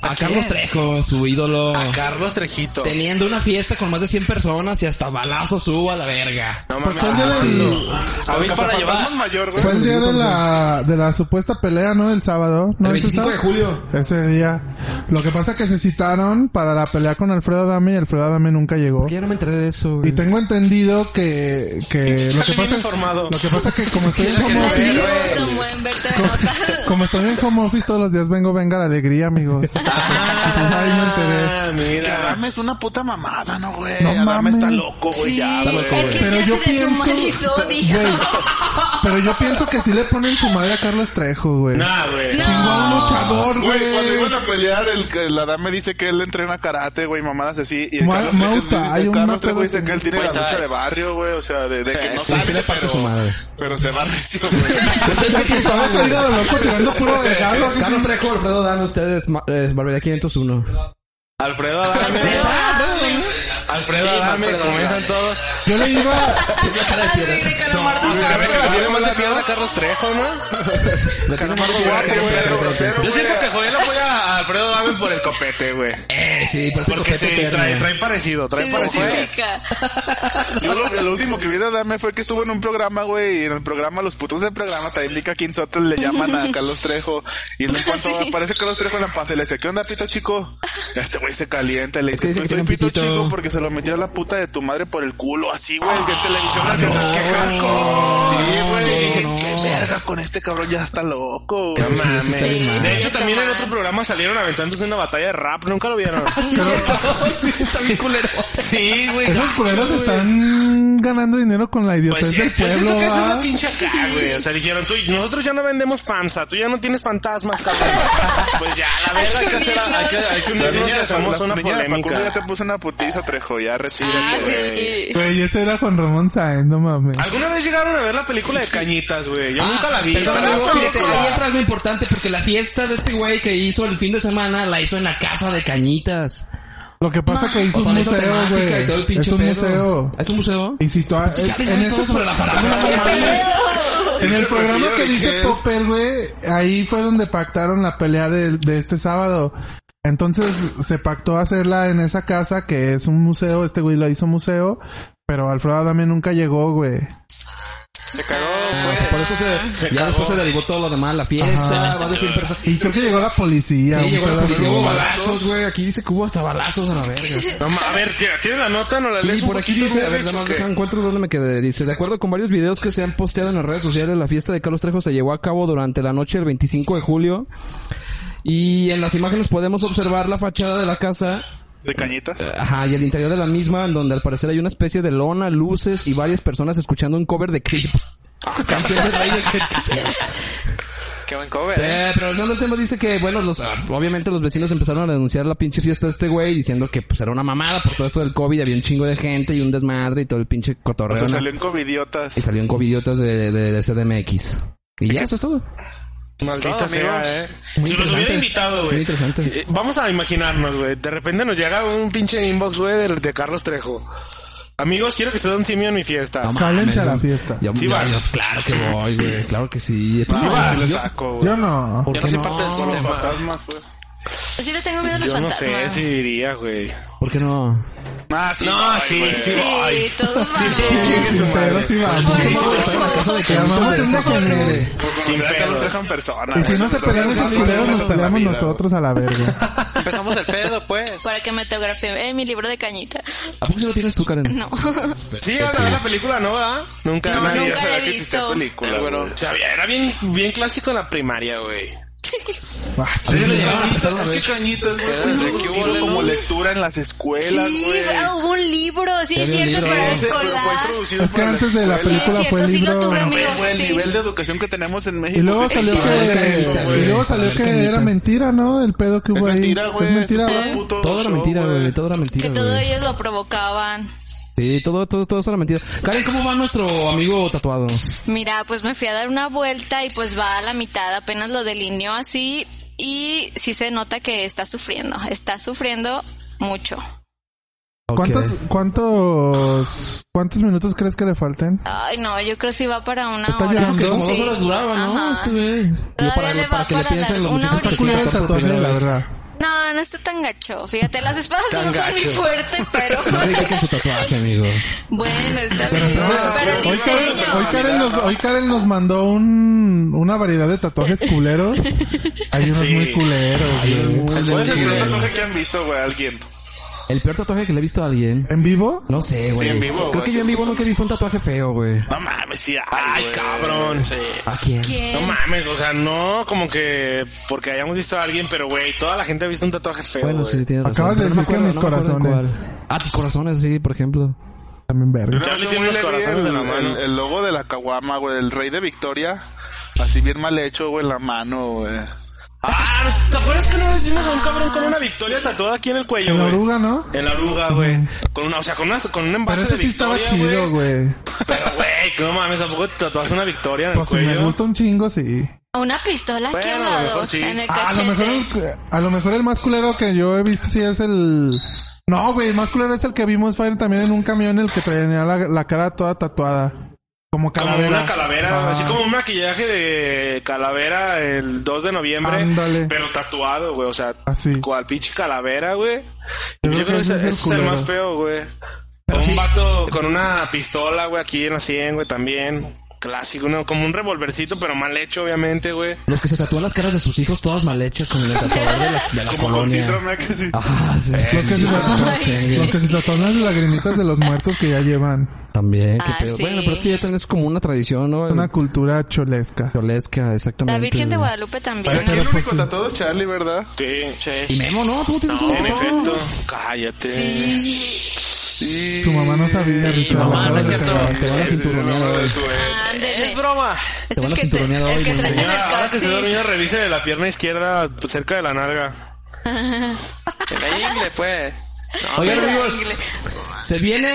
Speaker 2: a, Carlos Trejo, su ídolo,
Speaker 6: Carlos Trejito.
Speaker 2: teniendo una fiesta con más de 100 personas y hasta balazos hubo a la verga.
Speaker 6: No
Speaker 3: Pues fue el día
Speaker 6: mames. Ah,
Speaker 3: del-
Speaker 6: A ver, para
Speaker 4: Cazafantasmas
Speaker 6: llevar.
Speaker 4: mayor, güey.
Speaker 3: Fue el día de la, de la supuesta pelea, ¿no? El sábado. ¿no?
Speaker 2: El
Speaker 3: ¿Es
Speaker 2: 25 de
Speaker 3: sábado?
Speaker 2: julio.
Speaker 3: Ese día. Lo que pasa es que se citaron para la pelea con Alfredo Adame y Alfredo Adame nunca llegó.
Speaker 2: Yo no me enteré de eso.
Speaker 3: Y tengo entendido que, que lo que
Speaker 6: bien
Speaker 3: pasa
Speaker 6: informado.
Speaker 3: lo que pasa que como estoy en home
Speaker 7: Así
Speaker 3: office,
Speaker 7: es un buen verte de nota.
Speaker 3: como estoy en home office todos los días vengo venga la alegría, amigos. Ahí me enteré.
Speaker 6: Ah, mira.
Speaker 4: Adame es una puta mamada, ¿no, güey?
Speaker 3: No
Speaker 4: Adame
Speaker 3: mames.
Speaker 4: está loco, güey,
Speaker 7: Sí,
Speaker 4: ya, güey.
Speaker 7: es que
Speaker 3: Pero
Speaker 7: ya
Speaker 3: yo
Speaker 7: se deshumanizó,
Speaker 3: pienso-
Speaker 7: dijo.
Speaker 3: Güey, Pero yo pienso que sí le ponen su madre a Carlos Trejo, güey.
Speaker 6: Nah, güey.
Speaker 3: Chingó a un luchador,
Speaker 4: Güey, cuando
Speaker 3: güey.
Speaker 4: iban a pelear, el, que- el Adame dice que él entrena karate, güey, mamadas así. Y el
Speaker 3: Ma-
Speaker 4: Carlos,
Speaker 3: Muay
Speaker 4: el- el,
Speaker 3: Thai, un
Speaker 4: Carlos Trejo
Speaker 3: mapa,
Speaker 4: dice que él tiene la
Speaker 5: Muay Thai.
Speaker 4: lucha de barrio, güey. O sea, de, de que no
Speaker 5: Sí,
Speaker 4: sale,
Speaker 5: sí le
Speaker 4: pero,
Speaker 2: su madre.
Speaker 4: pero se va recio, güey.
Speaker 2: Pues es que quién
Speaker 3: Estaba
Speaker 2: sabe,
Speaker 3: que
Speaker 2: güey.
Speaker 3: diga lo loco tirando puro vergazo.
Speaker 2: Carlos Trejo, Alfredo Dan, ustedes, ma- eh, Barbería 501.
Speaker 6: Alfredo Adame. Alfredo Adame,
Speaker 5: Alfredo
Speaker 6: comentan todos.
Speaker 3: Yo le iba,
Speaker 7: Así de calamar de
Speaker 6: Se ve que la tiene más de piedra Carlos Trejo, ¿no? Yo siento que Joel apoya a Alfredo Dame por el copete, güey.
Speaker 2: Eh, sí, por eso
Speaker 6: Porque
Speaker 2: cogete
Speaker 6: sí,
Speaker 2: eterno.
Speaker 6: trae, trae parecido, trae
Speaker 7: Se
Speaker 6: parecido.
Speaker 7: identifica.
Speaker 4: Yo lo, lo último que vi de Adame fue que estuvo en un programa, güey, y en el programa, los putos del programa, también vi que aquí en Sotos le llaman a Carlos Trejo, y en cuanto aparece Carlos Trejo en la pantalla, le dice, ¿qué onda, pito chico? Este güey se calienta, le dice,
Speaker 2: que Este dice
Speaker 4: "Pues
Speaker 2: que
Speaker 4: estoy
Speaker 2: tiene
Speaker 4: pito,
Speaker 2: pitito".
Speaker 4: chico porque se lo metió la puta de tu madre por el culo, así, güey,
Speaker 2: Ah,
Speaker 4: que en televisión nacional.
Speaker 6: Pues,
Speaker 4: ¡Qué hardcore! Sí, güey, dije, qué verga con este cabrón, ya está loco, güey.
Speaker 6: No mames.
Speaker 7: sí, sí,
Speaker 6: de
Speaker 7: sí,
Speaker 6: hecho,
Speaker 7: está
Speaker 6: también en
Speaker 7: mal.
Speaker 6: otro programa salieron aventándose una batalla de rap. Nunca lo vieron.
Speaker 2: sí, está bien culero.
Speaker 6: sí, güey.
Speaker 3: esos culeros están ganando dinero con la idiotez
Speaker 6: Pues sí,
Speaker 3: del
Speaker 6: yo siento
Speaker 3: pueblo,
Speaker 6: que es una
Speaker 3: ¿va?
Speaker 6: pinche acá, güey. O sea, dijeron, tú, nosotros ya no vendemos panza, tú ya no tienes fantasmas, cabrón. pues ya, la verdad, hay que hacer, hay que, hay que
Speaker 4: La
Speaker 6: unirnos y
Speaker 4: niña de
Speaker 6: hacemos
Speaker 4: Facundo-
Speaker 6: una
Speaker 4: la niña de Facundo ya
Speaker 6: polémica.
Speaker 4: te puso una putiza, Trejo, ya
Speaker 7: Ah,
Speaker 4: retírate, güey.
Speaker 7: sí.
Speaker 3: Güey, ese era Juan Ramón Sáenz, no mames.
Speaker 6: ¿Alguna vez llegaron a ver la película de Cañitas, güey? Yo nunca la vi.
Speaker 2: Pero
Speaker 7: Yo
Speaker 2: luego,
Speaker 7: tampoco.
Speaker 2: fíjate, ahí entra algo importante porque la fiesta de este güey que hizo el fin de semana la hizo en la casa de cañitas.
Speaker 3: Lo que pasa que hizo
Speaker 2: O sea,
Speaker 3: un
Speaker 2: la hizo
Speaker 3: museo,
Speaker 2: temática y todo el
Speaker 3: güey.
Speaker 2: pinche
Speaker 3: Es un
Speaker 2: pedo.
Speaker 3: museo.
Speaker 2: ¿Es un museo?
Speaker 3: Y si tú-
Speaker 2: Ya
Speaker 3: en
Speaker 2: pensamos
Speaker 3: ese
Speaker 2: todo sobre la farándula.
Speaker 3: En el programa que dice
Speaker 4: Miguel.
Speaker 3: Popper, güey, ahí fue donde pactaron la pelea de, de este sábado. Entonces se pactó hacerla en esa casa que es un museo. Este güey la hizo museo, pero Alfredo Adame nunca llegó, güey.
Speaker 5: Se cagó,
Speaker 2: Ah, o sea, por eso se, ya después se derivó todo lo demás, la fiesta, más de 100 personas.
Speaker 3: Y creo que llegó la policía.
Speaker 2: Sí,
Speaker 3: un
Speaker 2: llegó la
Speaker 3: pedo
Speaker 2: policía,
Speaker 3: así.
Speaker 2: hubo balazos, güey. Aquí dice que hubo hasta balazos a la verga.
Speaker 6: No, ma- a ver, tira- ¿tiene la nota? ¿No la lees
Speaker 2: Sí,
Speaker 6: un
Speaker 2: por aquí
Speaker 6: poquito,
Speaker 2: dice, a
Speaker 6: güey?
Speaker 2: ver, nada más
Speaker 6: ¿Qué?
Speaker 2: deja, encuentro dónde me quedé. Dice, de acuerdo con varios videos que se han posteado en las redes sociales, la fiesta de Carlos Trejo se llevó a cabo durante la noche del 25 de julio. Y en las imágenes podemos observar la fachada de la casa,
Speaker 4: ¿De cañitas?
Speaker 2: ajá, y el interior de la misma, en donde al parecer hay una especie de lona, luces y varias personas escuchando un cover de Creep.
Speaker 6: Ah,
Speaker 2: Canción de Rey de Creep.
Speaker 5: qué buen cover. ¿eh?
Speaker 2: Eh, pero hablando del tema dice que, bueno, los, obviamente los vecinos empezaron a denunciar la pinche fiesta de este güey diciendo que pues era una mamada por todo esto del COVID, había un chingo de gente y un desmadre y todo el pinche
Speaker 4: O
Speaker 2: cotorreo.
Speaker 6: Pues,
Speaker 4: sea,
Speaker 2: ¿no?
Speaker 4: salió en covidiotas.
Speaker 2: Y salió en covidiotas de, de, de CDMX. Y ya, eso es todo.
Speaker 6: Maldita
Speaker 5: Todo,
Speaker 6: sea,
Speaker 5: amigos.
Speaker 6: eh.
Speaker 2: Muy
Speaker 6: si los hubiera
Speaker 2: interesante.
Speaker 6: invitado,
Speaker 2: Muy
Speaker 6: güey.
Speaker 2: interesante.
Speaker 6: Eh, Vamos a imaginarnos, güey. De repente nos llega un pinche inbox, güey, de, de Carlos Trejo. Amigos, quiero que se den simio en mi fiesta.
Speaker 2: No
Speaker 3: Cálense a la
Speaker 2: mames,
Speaker 3: fiesta.
Speaker 2: yo-
Speaker 6: Sí
Speaker 2: yo-
Speaker 6: va.
Speaker 2: yo- claro que voy, güey. Claro que sí.
Speaker 4: Sí,
Speaker 2: Vamos,
Speaker 4: va, sí le
Speaker 2: Ah, yo-
Speaker 4: Ah, saco, güey.
Speaker 3: Yo no.
Speaker 2: ¿por
Speaker 5: Yo no
Speaker 2: qué
Speaker 5: soy
Speaker 2: no?
Speaker 5: parte del
Speaker 4: Los
Speaker 5: sistema.
Speaker 4: fantasmas, pues.
Speaker 7: Sí le tengo miedo a los
Speaker 6: Yo no
Speaker 7: fantasmas.
Speaker 6: sé si diría, güey.
Speaker 2: ¿Por qué no?
Speaker 4: Ah, sí.
Speaker 6: No,
Speaker 4: ay,
Speaker 6: sí,
Speaker 4: güey.
Speaker 6: sí.
Speaker 7: Sí,
Speaker 6: Ay.
Speaker 7: todos van.
Speaker 3: Sin pedo, sí vamos.
Speaker 7: Sí, sí,
Speaker 2: Está en la casa de
Speaker 3: Te llamamos un maconero.
Speaker 6: Sin
Speaker 4: Sin pedo.
Speaker 6: pedos.
Speaker 4: Los dejan personas.
Speaker 3: Y si no se pelean esos culeros, nos peleamos nosotros a la verga.
Speaker 5: Empezamos el pedo, pues.
Speaker 7: Para que me autografee eh, mi libro de cañita.
Speaker 2: ¿A poco si lo tienes tú, Karen?
Speaker 7: No.
Speaker 6: Sí, llegaron a ver la película, ¿no? ¿verdad? Nunca.
Speaker 7: No,
Speaker 6: nadie.
Speaker 7: nunca. la he visto.
Speaker 4: película,
Speaker 5: El güero.
Speaker 4: güey.
Speaker 6: O sea, era bien, bien clásico en la primaria, güey.
Speaker 4: Es que cañitas, güey. fue introducido Como lectura en las escuelas,
Speaker 7: Sí,
Speaker 4: güey.
Speaker 7: ah, hubo un libro, sí, es
Speaker 2: había un
Speaker 7: cierto,
Speaker 2: libro.
Speaker 7: para
Speaker 4: Ese, pero fue
Speaker 7: escolar.
Speaker 4: introducido
Speaker 3: Es que
Speaker 4: para
Speaker 3: antes de la
Speaker 4: escuela.
Speaker 3: película
Speaker 7: Sí,
Speaker 3: fue el
Speaker 7: es cierto, sí lo
Speaker 3: libro.
Speaker 7: tuve, amigo.
Speaker 4: Pero, güey, el
Speaker 7: Sí.
Speaker 4: nivel de educación que tenemos en México.
Speaker 3: Y luego
Speaker 4: es
Speaker 3: salió
Speaker 2: Canita,
Speaker 3: que,
Speaker 2: güey.
Speaker 3: y luego salió que era mentira, ¿no? El pedo que
Speaker 4: Es
Speaker 3: hubo ahí.
Speaker 4: mentira, güey.
Speaker 3: Es mentira,
Speaker 4: un
Speaker 3: güey.
Speaker 4: puto
Speaker 2: Todo era
Speaker 4: show,
Speaker 2: mentira, güey. Todo era mentira,
Speaker 7: Que todos
Speaker 2: güey.
Speaker 7: ellos lo provocaban.
Speaker 2: Sí, todo, todo, todo era mentira. Karen, ¿cómo va nuestro amigo tatuado?
Speaker 7: Mira, pues me fui a dar una vuelta y pues va a la mitad, apenas lo delineó así y sí se nota que está sufriendo, está sufriendo mucho.
Speaker 3: ¿Cuántos,
Speaker 2: Ok.
Speaker 3: cuántos, cuántos minutos crees que le falten?
Speaker 7: Ay, no, yo creo que sí va para una
Speaker 3: Está
Speaker 7: hora.
Speaker 3: llorando.
Speaker 2: Que como dos
Speaker 7: Sí.
Speaker 2: horas duraba, ¿no?
Speaker 7: Ajá.
Speaker 2: Este güey. Digo,
Speaker 7: Todavía le va
Speaker 2: que le
Speaker 7: para
Speaker 2: piensen
Speaker 7: la-
Speaker 2: los
Speaker 7: una
Speaker 2: muchachos que se
Speaker 3: Está
Speaker 7: horita.
Speaker 3: culero el
Speaker 2: tatuaron por
Speaker 3: tatuaje,
Speaker 2: primera
Speaker 3: la
Speaker 2: vez.
Speaker 3: verdad.
Speaker 7: No, no está tan gacho. Fíjate, las espadas no son mi fuerte, pero
Speaker 2: No critiquen su tatuaje, amigos.
Speaker 7: bueno, está bien. Pero el
Speaker 3: Ah, Hoy Karen, hoy
Speaker 7: diseño.
Speaker 3: Karen nos, hoy Karen nos mandó un, una variedad de tatuajes culeros. Hay unos muy culeros, güey.
Speaker 4: güey. ¿Cuál es el primer tatuaje que han visto, güey? Alguien.
Speaker 2: El peor tatuaje que le he visto a alguien.
Speaker 3: ¿En vivo?
Speaker 2: No sé, güey.
Speaker 6: en vivo,
Speaker 2: Creo
Speaker 6: güey,
Speaker 2: que yo en vivo nunca he visto un tatuaje feo, güey.
Speaker 6: No mames, sí. Ay, cabrón.
Speaker 2: ¿A quién?
Speaker 6: No
Speaker 7: ¿Quién?
Speaker 6: mames, o sea, no como que porque hayamos visto a alguien, pero güey, toda la gente ha visto un tatuaje feo.
Speaker 2: Bueno,
Speaker 6: güey.
Speaker 2: sí, tienes razón.
Speaker 3: Acabas de
Speaker 2: Pero no
Speaker 3: decir que
Speaker 2: me
Speaker 3: mis
Speaker 2: acuerdo- no me acuerdo
Speaker 3: corazones.
Speaker 2: cuál. Ah, tus corazones, sí, por ejemplo.
Speaker 3: También verga.
Speaker 6: Charlie
Speaker 4: Yo
Speaker 6: tiene
Speaker 4: muy
Speaker 6: los
Speaker 4: le vi
Speaker 6: corazones
Speaker 4: el,
Speaker 6: en la mano.
Speaker 4: el- el logo de la caguama, güey, el rey de Victoria. Así bien mal hecho, güey, en la mano, güey.
Speaker 6: Ah, ¿te acuerdas que no decimos a un cabrón con una victoria tatuada aquí en el cuello?
Speaker 3: En la
Speaker 6: güey?
Speaker 3: oruga, ¿no?
Speaker 6: En la oruga, güey. Con una, o sea, con una, con un
Speaker 3: Pero
Speaker 6: envase
Speaker 3: ese
Speaker 6: de
Speaker 3: sí
Speaker 6: victoria,
Speaker 3: estaba chido, güey.
Speaker 6: Pero güey, que no mames, tampoco te tatuaste una victoria en el
Speaker 3: Pues si
Speaker 6: cuello.
Speaker 3: me gusta un chingo, sí.
Speaker 7: Una pistola aquí al
Speaker 6: Bueno, a lo mejor
Speaker 7: lado,
Speaker 6: sí.
Speaker 7: en el
Speaker 3: Ah, a lo mejor
Speaker 7: cachete.
Speaker 3: el, a lo mejor el más culero que yo he visto sí es el no, güey, el más culero es el que vimos Fire también en un camión en el que tenía la, la cara toda tatuada. Como calavera.
Speaker 6: Como una calavera,
Speaker 3: Ah,
Speaker 6: así como un maquillaje de calavera el 2 de noviembre,
Speaker 3: Ándale.
Speaker 6: pero tatuado, güey, o sea,
Speaker 3: Así.
Speaker 6: cual pinche calavera, güey. Yo, creo
Speaker 3: ese
Speaker 6: que ese,
Speaker 3: es el
Speaker 6: ese es el
Speaker 3: culero.
Speaker 6: más feo, güey. O un vato con una pistola, güey, aquí en la 100, güey, también. Clásico, ¿no? como un revolvercito, pero mal hecho, obviamente, güey.
Speaker 2: Los que se tatúan las caras de sus hijos todas mal hechas con el tatuador de la, de la
Speaker 4: Como con
Speaker 2: colonia.
Speaker 4: síndrome que sí.
Speaker 2: Ajá, sí, sí,
Speaker 3: Los que, se tatuan,
Speaker 2: sí.
Speaker 3: los que se tatuan las lagrimitas de los muertos que ya llevan.
Speaker 2: También, qué
Speaker 7: Ah,
Speaker 2: pedo.
Speaker 7: sí.
Speaker 2: Bueno, pero es que ya también es como una tradición, ¿no?
Speaker 3: Una cultura cholesca.
Speaker 2: Cholesca, exactamente.
Speaker 7: La Virgen de
Speaker 2: güey.
Speaker 7: Guadalupe
Speaker 4: Pero
Speaker 7: también.
Speaker 4: aquí
Speaker 7: ¿no?
Speaker 4: el único tatuado es Charlie, ¿verdad?
Speaker 6: Sí, sí.
Speaker 2: Y Memo, ¿no? ¿Tú tienes
Speaker 6: En
Speaker 2: un tatuaje?
Speaker 6: efecto. Cállate.
Speaker 7: Sí,
Speaker 4: Sí.
Speaker 3: Tu mamá no sabía, Ricardo.
Speaker 5: mamá, no es cierto.
Speaker 2: Te van a
Speaker 4: Ese es el
Speaker 2: cinturonear
Speaker 4: nombre
Speaker 2: hoy.
Speaker 4: de su ex.
Speaker 7: ándele.
Speaker 5: Es broma.
Speaker 7: Es
Speaker 2: Te van
Speaker 7: el
Speaker 2: a
Speaker 7: que, te,
Speaker 2: cinturonear hoy,
Speaker 7: el que
Speaker 2: güey.
Speaker 7: traes en el
Speaker 6: Señora, Ah, ahora que se
Speaker 7: coxis.
Speaker 6: dormía, revise de la pierna izquierda cerca de la narga.
Speaker 5: Increíble, pues.
Speaker 2: Oigan, amigos, se viene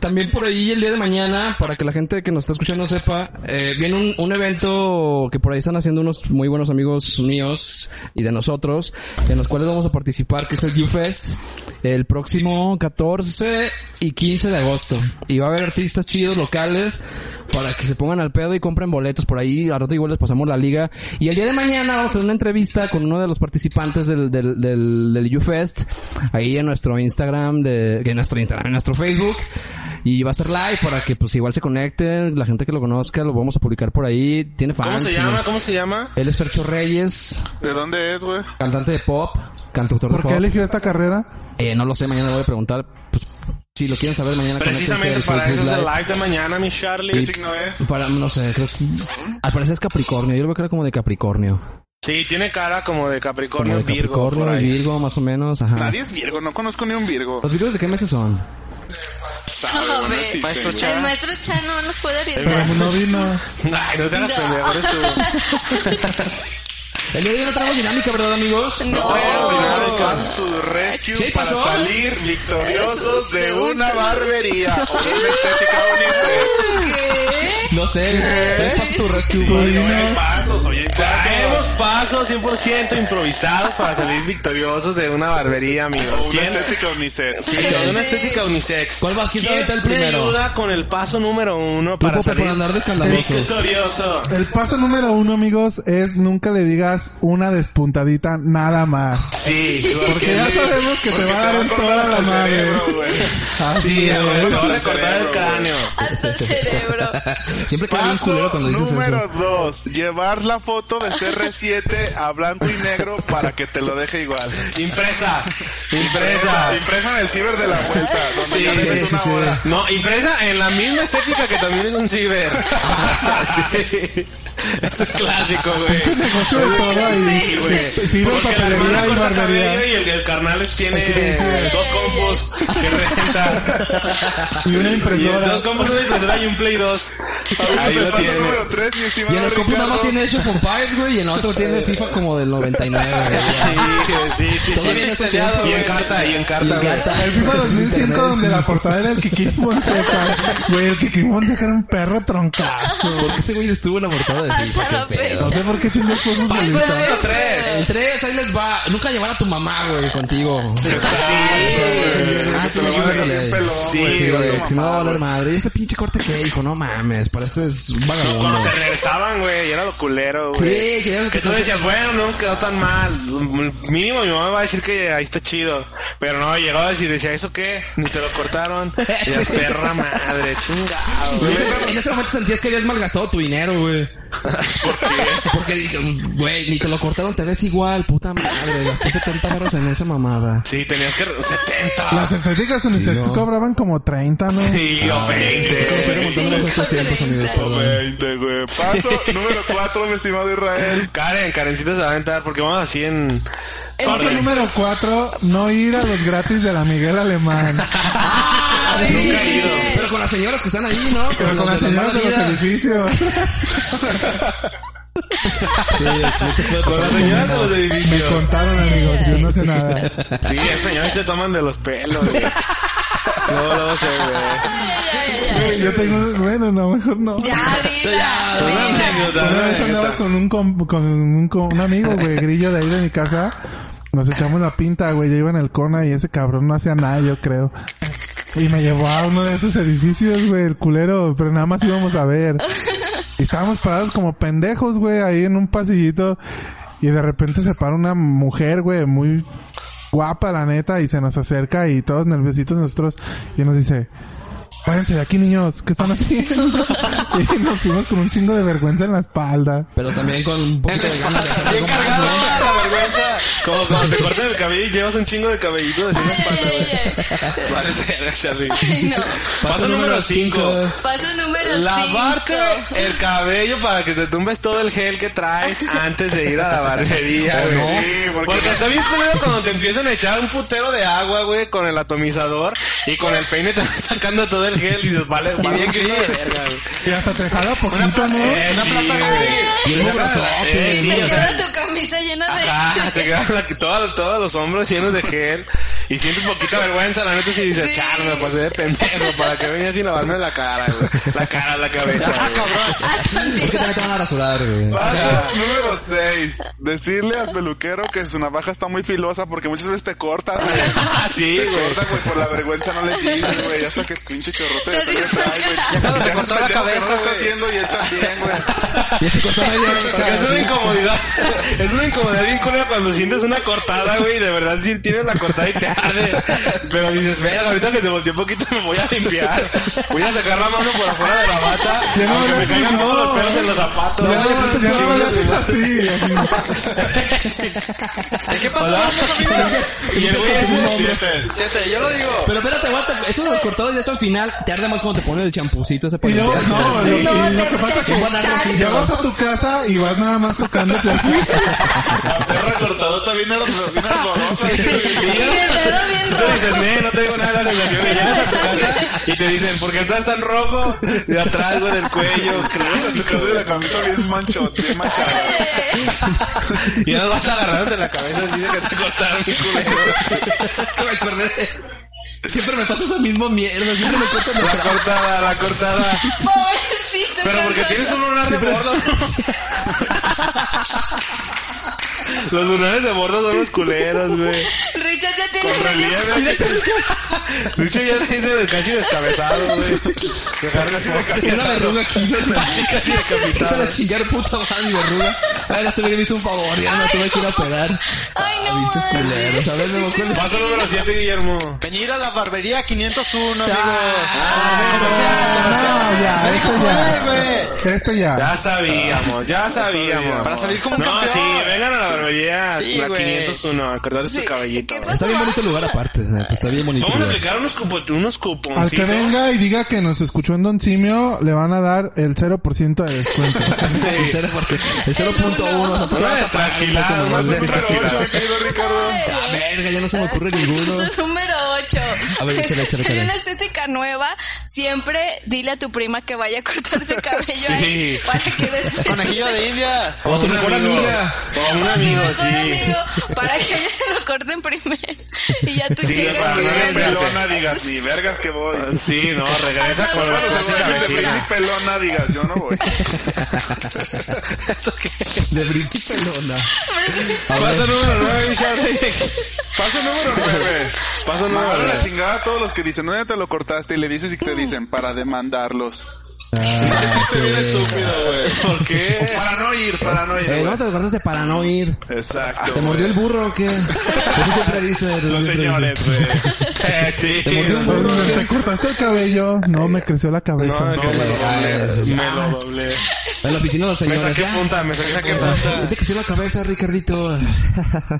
Speaker 2: también por ahí el día de mañana, para que la gente que nos está escuchando sepa, eh, viene un, un evento que por ahí están haciendo unos muy buenos amigos míos y de nosotros, en los cuales vamos a participar, que es el U-Fest, el próximo 14 y 15 de agosto. Y va a haber artistas chidos locales para que se pongan al pedo y compren boletos por ahí. A rato igual les pasamos la liga. Y el día de mañana vamos a hacer una entrevista con uno de los participantes del, del, del, del UFest. Ahí en nuestro Instagram, de, en nuestro Instagram, en nuestro Facebook. Y va a ser live para que pues igual se conecten. La gente que lo conozca lo vamos a publicar por ahí. Tiene fans.
Speaker 6: ¿Cómo se
Speaker 2: tiene-
Speaker 6: llama? ¿Cómo se llama?
Speaker 2: Él es Fercho Reyes,
Speaker 4: ¿De dónde es, güey?
Speaker 2: cantante de pop, cantautor de
Speaker 3: ¿Por
Speaker 2: pop.
Speaker 3: qué eligió esta carrera?
Speaker 2: Eh, no lo sé, mañana le voy a preguntar. Pues, si lo quieren saber mañana.
Speaker 6: Precisamente
Speaker 2: conéctense al
Speaker 6: para eso es
Speaker 2: Facebook
Speaker 6: el
Speaker 2: Live.
Speaker 6: live de mañana, mi Charlie.
Speaker 4: ¿Qué signo es?
Speaker 2: Para, no sé, creo que... Al parecer es Capricornio, yo lo veo que era como de Capricornio.
Speaker 6: Sí, tiene cara como de Capricornio,
Speaker 2: Como de
Speaker 6: Virgo. por
Speaker 2: Capricornio y
Speaker 6: ahí.
Speaker 2: Virgo, más o menos, ajá.
Speaker 4: Nadie es Virgo, no conozco ni un Virgo.
Speaker 2: ¿Los Virgos de qué meses son?
Speaker 4: Sabe,
Speaker 7: A
Speaker 4: güey, no
Speaker 7: ver.
Speaker 4: existe,
Speaker 5: Maestro
Speaker 4: güey.
Speaker 7: El maestro Chan no nos puede
Speaker 3: Pero
Speaker 7: orientar.
Speaker 3: no vino.
Speaker 6: Ay, no te hagas
Speaker 7: No.
Speaker 6: pendejo, eres tú.
Speaker 2: El día de hoy no traemos dinámica, ¿verdad, amigos?
Speaker 7: No.
Speaker 4: Bueno,
Speaker 6: Oh.
Speaker 4: Come to the rescue
Speaker 2: ¿Qué
Speaker 4: para
Speaker 2: pasó?
Speaker 4: salir victoriosos de una barbería o de una estética unisex.
Speaker 7: ¿Qué?
Speaker 2: No sé, tres pasos tu rescue.
Speaker 3: Tú
Speaker 4: Yo
Speaker 3: dime.
Speaker 4: en pasos, oye, en
Speaker 6: Traemos
Speaker 4: pasos.
Speaker 6: pasos 100% improvisados para salir victoriosos de una barbería,
Speaker 4: O
Speaker 6: amigos.
Speaker 4: una
Speaker 6: ¿Quién?
Speaker 4: estética unisex.
Speaker 6: Sí, o de una estética unisex.
Speaker 2: ¿Cuál vas? ¿Quién se
Speaker 6: ¿Quién
Speaker 2: avienta el
Speaker 6: me
Speaker 2: primero?
Speaker 6: ayuda con el paso número uno
Speaker 2: Tú,
Speaker 6: para
Speaker 2: Popo, por
Speaker 6: salir
Speaker 2: andar de escandaloso.
Speaker 6: victorioso?
Speaker 3: El paso número uno, amigos, es nunca le digas una despuntadita nada más.
Speaker 6: Sí,
Speaker 3: Porque ya sabemos que te va a dar en toda la madre.
Speaker 4: Cerebro, güey.
Speaker 3: Así
Speaker 6: Ah, Sí,
Speaker 3: es.
Speaker 6: güey, te va a recortar el
Speaker 4: Cerebro,
Speaker 6: cráneo.
Speaker 7: Hasta el cerebro.
Speaker 2: Siempre queda bien culero
Speaker 4: Paso
Speaker 2: cuando dices
Speaker 4: número
Speaker 2: eso.
Speaker 4: 2. Llevar la foto de CR7 a blanco y negro para que te lo deje igual.
Speaker 6: Impresa. Impresa.
Speaker 4: Impresa en el ciber de la vuelta. Donde
Speaker 6: Sí,
Speaker 4: ya
Speaker 6: sí,
Speaker 4: debes
Speaker 6: sí,
Speaker 4: una
Speaker 6: sí.
Speaker 4: hora.
Speaker 6: No, impresa en la misma estética que también es un ciber. sí. Es un clásico, güey.
Speaker 3: Negocio de todo ahí. Sí, sí, de
Speaker 6: Porque la hermana
Speaker 3: papelería y
Speaker 6: corta cabello
Speaker 3: barbería.
Speaker 6: y el, el carnal tiene dos compos que renta.
Speaker 3: Y una impresora.
Speaker 6: dos compos, una impresora y un Play 2. Ahí lo
Speaker 4: Paso
Speaker 6: tiene.
Speaker 4: número 3, mi
Speaker 2: Y en
Speaker 4: estimado
Speaker 2: el compu nada más
Speaker 4: Ricardo.
Speaker 2: tiene hecho for Pies, güey, y en otro tiene FIFA como del 99, güey.
Speaker 6: Sí, sí, sí.
Speaker 2: Todo bien enseñado,
Speaker 6: Y en
Speaker 2: güey.
Speaker 6: carta, y en carta, güey.
Speaker 3: El FIFA 2005 donde la portada era el Kikín Fonseca. Güey, el Kikín Fonseca era un perro troncazo.
Speaker 2: Porque ese güey estuvo en la portada de FIFA,
Speaker 7: Hasta la
Speaker 2: qué pedo.
Speaker 3: No sé por qué tiene cosas de
Speaker 2: Paso
Speaker 3: lista.
Speaker 2: número tres. El tres, ahí les va. Nunca llevar a tu mamá, güey, contigo. Ah, sí,
Speaker 4: Te lo va a dejar
Speaker 2: híjole.
Speaker 4: bien pelón,
Speaker 6: Sí,
Speaker 2: Sí,
Speaker 4: güey. Te lo
Speaker 2: güey,
Speaker 4: va a
Speaker 2: si no va a
Speaker 4: mamar,
Speaker 2: valer
Speaker 4: güey.
Speaker 2: madre. Y ese pinche corte que dijo, no mames, pareces un
Speaker 6: Cuando
Speaker 2: vagabundo.
Speaker 6: te regresaban, güey, era lo culero,
Speaker 2: Sí,
Speaker 6: güey.
Speaker 2: que ya
Speaker 6: Que tú decías, bueno, no quedó tan mal. Mínimo mi mamá va a decir que ahí está chido. Pero no, llegaba y decía, ¿eso qué? Ni te lo cortaron. Y la perra madre, chingado.
Speaker 2: En ese momento sentías que habías malgastado tu dinero, güey. Porque, güey, ni te lo cortaron, te ves igual, puta madre. Gasté 70 baros en esa mamada.
Speaker 6: Sí, tenías que... 70.
Speaker 3: Las estéticas unisex cobraban como 30, ¿no?
Speaker 6: Sí, o 20.
Speaker 2: Pero un montón de cosas así en Estados Unidos, perdón.
Speaker 4: 20, güey. Paso número 4, mi estimado Israel.
Speaker 6: Karen, Karencita se va a aventar porque vamos así en...
Speaker 3: Paso número 4, no ir a los gratis de la Miguel Alemán.
Speaker 2: Ah, Nunca he ido. Pero con las señoras que están ahí, ¿no?
Speaker 3: Pero con
Speaker 2: los
Speaker 3: las
Speaker 2: de la
Speaker 3: señoras de los
Speaker 2: mala vida.
Speaker 3: edificios.
Speaker 6: Con las señoras de los
Speaker 3: Me
Speaker 6: edificios.
Speaker 3: contaron, amigos, yo no sé nada.
Speaker 6: Sí, esas señoras te toman de los pelos, güey. No, no sé, güey.
Speaker 3: Yo tengo, bueno, no, mejor no.
Speaker 1: Ya, dila.
Speaker 6: Una anécdota,
Speaker 3: Una
Speaker 6: una
Speaker 3: vez andaba
Speaker 6: anécdota.
Speaker 3: con un, com- con un, com- un amigo, güey, grillo de ahí de mi casa. Nos echamos la pinta, güey. Yo iba en el Cona y ese cabrón no hacía nada, yo creo. Y me llevó a uno de esos edificios, güey, el culero. Pero nada más íbamos a ver. Y estábamos parados como pendejos, güey, ahí en un pasillito. Y de repente se para una mujer, güey, muy guapa, la neta. Y se nos acerca y todos nerviositos nosotros. Y nos dice... Váyanse de aquí, niños. ¿Qué están haciendo? y nos fuimos con un chingo de vergüenza en la espalda.
Speaker 2: Pero también con un poquito de ganas de hacer
Speaker 5: Bien
Speaker 2: algo más,
Speaker 5: cargado,
Speaker 2: ¿no?
Speaker 5: la vergüenza.
Speaker 6: Como cuando te cortan el cabello y llevas un chingo de cabellito así en la espalda, güey. Vale, ser, Charlie.
Speaker 1: No.
Speaker 6: Paso número 5.
Speaker 1: Paso número 5.
Speaker 6: Lavarte el cabello para que te tumbes todo el gel que traes antes de ir a la barbería, güey.
Speaker 4: Sí, porque-
Speaker 6: porque... está bien culero cuando te empiezan a echar un putero de agua, güey, con el atomizador y con el peine te vas sacando todo el gel y dices, vale,
Speaker 5: Y
Speaker 6: vale,
Speaker 5: bien
Speaker 6: un chingo de
Speaker 5: gris.
Speaker 6: verga, güey.
Speaker 3: Y hasta te jala poquito, ¿no?
Speaker 6: Eh,
Speaker 5: Una
Speaker 6: sí,
Speaker 5: plaza
Speaker 6: güey.
Speaker 5: gris.
Speaker 2: Y el brazote.
Speaker 6: Eh, sí,
Speaker 1: Te
Speaker 6: o sea,
Speaker 1: queda tu camisa llena de...
Speaker 6: Ajá, te quedan la- todos, todos los hombros llenos de gel y sientes poquita vergüenza, la neta, si dices,
Speaker 1: Sí.
Speaker 6: chale, me pasé de pendejo, ¿para que venía sin lavarme la cara, güey? La cara, la cabeza, güey.
Speaker 2: Es que también te van a rasurar, güey.
Speaker 4: Paso número 6. Decirle al peluquero que su navaja está muy filosa porque muchas veces te cortan, güey.
Speaker 6: Ah, sí,
Speaker 4: Te
Speaker 6: güey.
Speaker 4: cortan, güey, por la vergüenza no le dices, güey. Ya Hasta que pinche chorrote de
Speaker 1: Te
Speaker 4: pelo
Speaker 1: dice-
Speaker 4: trae, güey.
Speaker 5: Ya cuando te
Speaker 4: Ya
Speaker 5: cortó
Speaker 4: estás
Speaker 5: la
Speaker 4: pendejo que
Speaker 5: cabeza,
Speaker 4: No lo estás
Speaker 5: güey.
Speaker 4: viendo y él también, güey.
Speaker 2: Y ese costado ahí de-
Speaker 6: Porque es una incomodidad, es una incomodidad bien culera cuando sientes una cortada, güey, y de verdad sí tienes la cortada y te arde. Pero dices, verga, ahorita que se volteó un poquito me voy a limpiar. Voy a sacar la mano por afuera de la bata,
Speaker 3: Ya no
Speaker 6: aunque me
Speaker 3: hables
Speaker 6: caigan
Speaker 3: así,
Speaker 6: todos los
Speaker 3: no.
Speaker 6: pelos en los zapatos.
Speaker 3: Ya
Speaker 6: güey.
Speaker 3: no, ya no me haces así.
Speaker 5: ¿Y qué pasó?
Speaker 6: Y el güey es el siete.
Speaker 5: Siete, yo lo digo.
Speaker 2: Pero espérate, aguanta. Eso de los cortados ya está al final. Te arde más cuando te ponen el champucito ese
Speaker 3: Y yo,
Speaker 2: policía.
Speaker 3: no,
Speaker 2: Sí.
Speaker 3: lo, y
Speaker 1: No,
Speaker 3: lo
Speaker 1: te-
Speaker 3: que pasa es
Speaker 1: te
Speaker 3: que
Speaker 1: exacto.
Speaker 3: ya vas a tu casa y vas nada más tocándote así.
Speaker 4: El recortador también era bien ardorosa.
Speaker 1: Y el dedo bien
Speaker 6: Tú dices, "Nee, no tengo nada de la sensación. Y llegas a tu casa y te dicen, ¿por qué estás tan rojo? De atrás, güey, del cuello.
Speaker 4: El peluquero de la camisa bien manchot, bien manchada.
Speaker 6: Y ya no vas agarrándote la cabeza así de que te cortaron mi culero.
Speaker 2: Me acordé de- Siempre me pasa esa misma mierda. Siempre me cortan
Speaker 6: La cortada, la cortada.
Speaker 1: Pobrecito.
Speaker 6: Pero porque
Speaker 1: Carlos.
Speaker 6: tienes un lunar de bordo. Los lunares de bordo son los culeros, güey.
Speaker 1: Richard ya tiene...
Speaker 6: Con relieve. Lucho ya te dice casi descabezado, güey. Dejarle
Speaker 2: el- una verruga aquí.
Speaker 6: casi
Speaker 2: Deja
Speaker 6: decapitado.
Speaker 2: de chingar puta madre mi verruga. A ver, este güey me hizo un favor. Ya no
Speaker 1: Ay,
Speaker 2: tuve que ir a
Speaker 1: no.
Speaker 2: operar.
Speaker 1: Ay, no
Speaker 2: Bichos
Speaker 1: manches.
Speaker 2: culeros. A ver, me voy con-
Speaker 6: Paso número 7, Guillermo.
Speaker 5: Venir a la barbería
Speaker 2: Ah,
Speaker 5: 501, amigos. Ah,
Speaker 3: No, ya, este ya. Este ya.
Speaker 6: Ya sabíamos, ya sabíamos.
Speaker 5: Para salir como un
Speaker 6: no,
Speaker 5: campeón.
Speaker 6: sí, vengan a la barbería
Speaker 5: Sí,
Speaker 6: la
Speaker 5: güey.
Speaker 6: 501, acordate su cabellito.
Speaker 1: ¿Qué
Speaker 6: güey.
Speaker 1: pasó?
Speaker 2: Está bien bonito el lugar aparte. neta, Está bien bonito.
Speaker 6: Vamos a
Speaker 2: el lugar.
Speaker 6: aplicar unos, cupo- unos
Speaker 3: Al que
Speaker 6: cuponcitos.
Speaker 3: venga y diga que nos escuchó en Don Simio, le van a dar el 0% de descuento.
Speaker 2: El
Speaker 6: Sí.
Speaker 2: cero, porque el 0.1 no te vas
Speaker 6: Uno
Speaker 2: a pagar un
Speaker 6: destrasquilado,
Speaker 2: poco
Speaker 6: más
Speaker 2: nomás de-
Speaker 6: destrasquilado.
Speaker 2: Ah, Verga, ya no se me ocurre ninguno.
Speaker 1: Paso número 8.
Speaker 2: A ver, échale, échale, échale.
Speaker 1: una estética nueva, siempre dile a tu prima que vaya a cortarse el cabello ahí para que después...
Speaker 5: Conejillo de India.
Speaker 2: O tu mejor
Speaker 6: amigo. Oh,
Speaker 2: amiga.
Speaker 6: O un
Speaker 1: a tu
Speaker 6: amigo,
Speaker 1: mejor
Speaker 6: sí.
Speaker 1: amigo, para que ellos se lo corten primero y ya tú
Speaker 6: Sí,
Speaker 1: llegues
Speaker 6: para
Speaker 1: que
Speaker 6: no
Speaker 1: ya-
Speaker 4: Ni
Speaker 6: Espérate.
Speaker 4: pelona digas, ni vergas que voy.
Speaker 6: Sí, no, regresa con
Speaker 1: Bueno,
Speaker 4: Bueno,
Speaker 6: la
Speaker 4: o sea,
Speaker 1: sí,
Speaker 4: si te
Speaker 1: sí,
Speaker 4: dicen,
Speaker 6: cabellita.
Speaker 4: ni pelona digas, yo no voy.
Speaker 2: De Brinqui Pelona.
Speaker 6: Paso número 9,
Speaker 4: Paso número 9.
Speaker 6: Paso número
Speaker 4: Mándale la
Speaker 6: 9.
Speaker 4: Mm. chingada a todos los que dicen, ¿dónde te lo cortaste? Y le dices y te dicen, para demandarlos. Chiste bien estúpido, Ah, güey. ¿Por qué? O para no ir, para no ir. Ah,
Speaker 2: Eh,
Speaker 4: güey.
Speaker 2: ¿Cómo te acordaste para no ir?
Speaker 4: Exacto.
Speaker 2: ¿Te mordió el burro o qué? Eso siempre dice. eso siempre
Speaker 4: Los
Speaker 2: dice.
Speaker 4: señores, güey. Eh, sí.
Speaker 2: ¿Te mordió el burro?
Speaker 3: Perdón, ¿Te cortaste el cabello? No, me creció la cabeza.
Speaker 6: No, que me lo doblé.
Speaker 2: Ah,
Speaker 6: Me lo doblé.
Speaker 2: En la oficina de los
Speaker 6: Me
Speaker 2: señores. ¿eh?
Speaker 6: saqué
Speaker 2: ya.
Speaker 6: punta, me saqué punta.
Speaker 2: Ya Te creció la cabeza, Ricardito.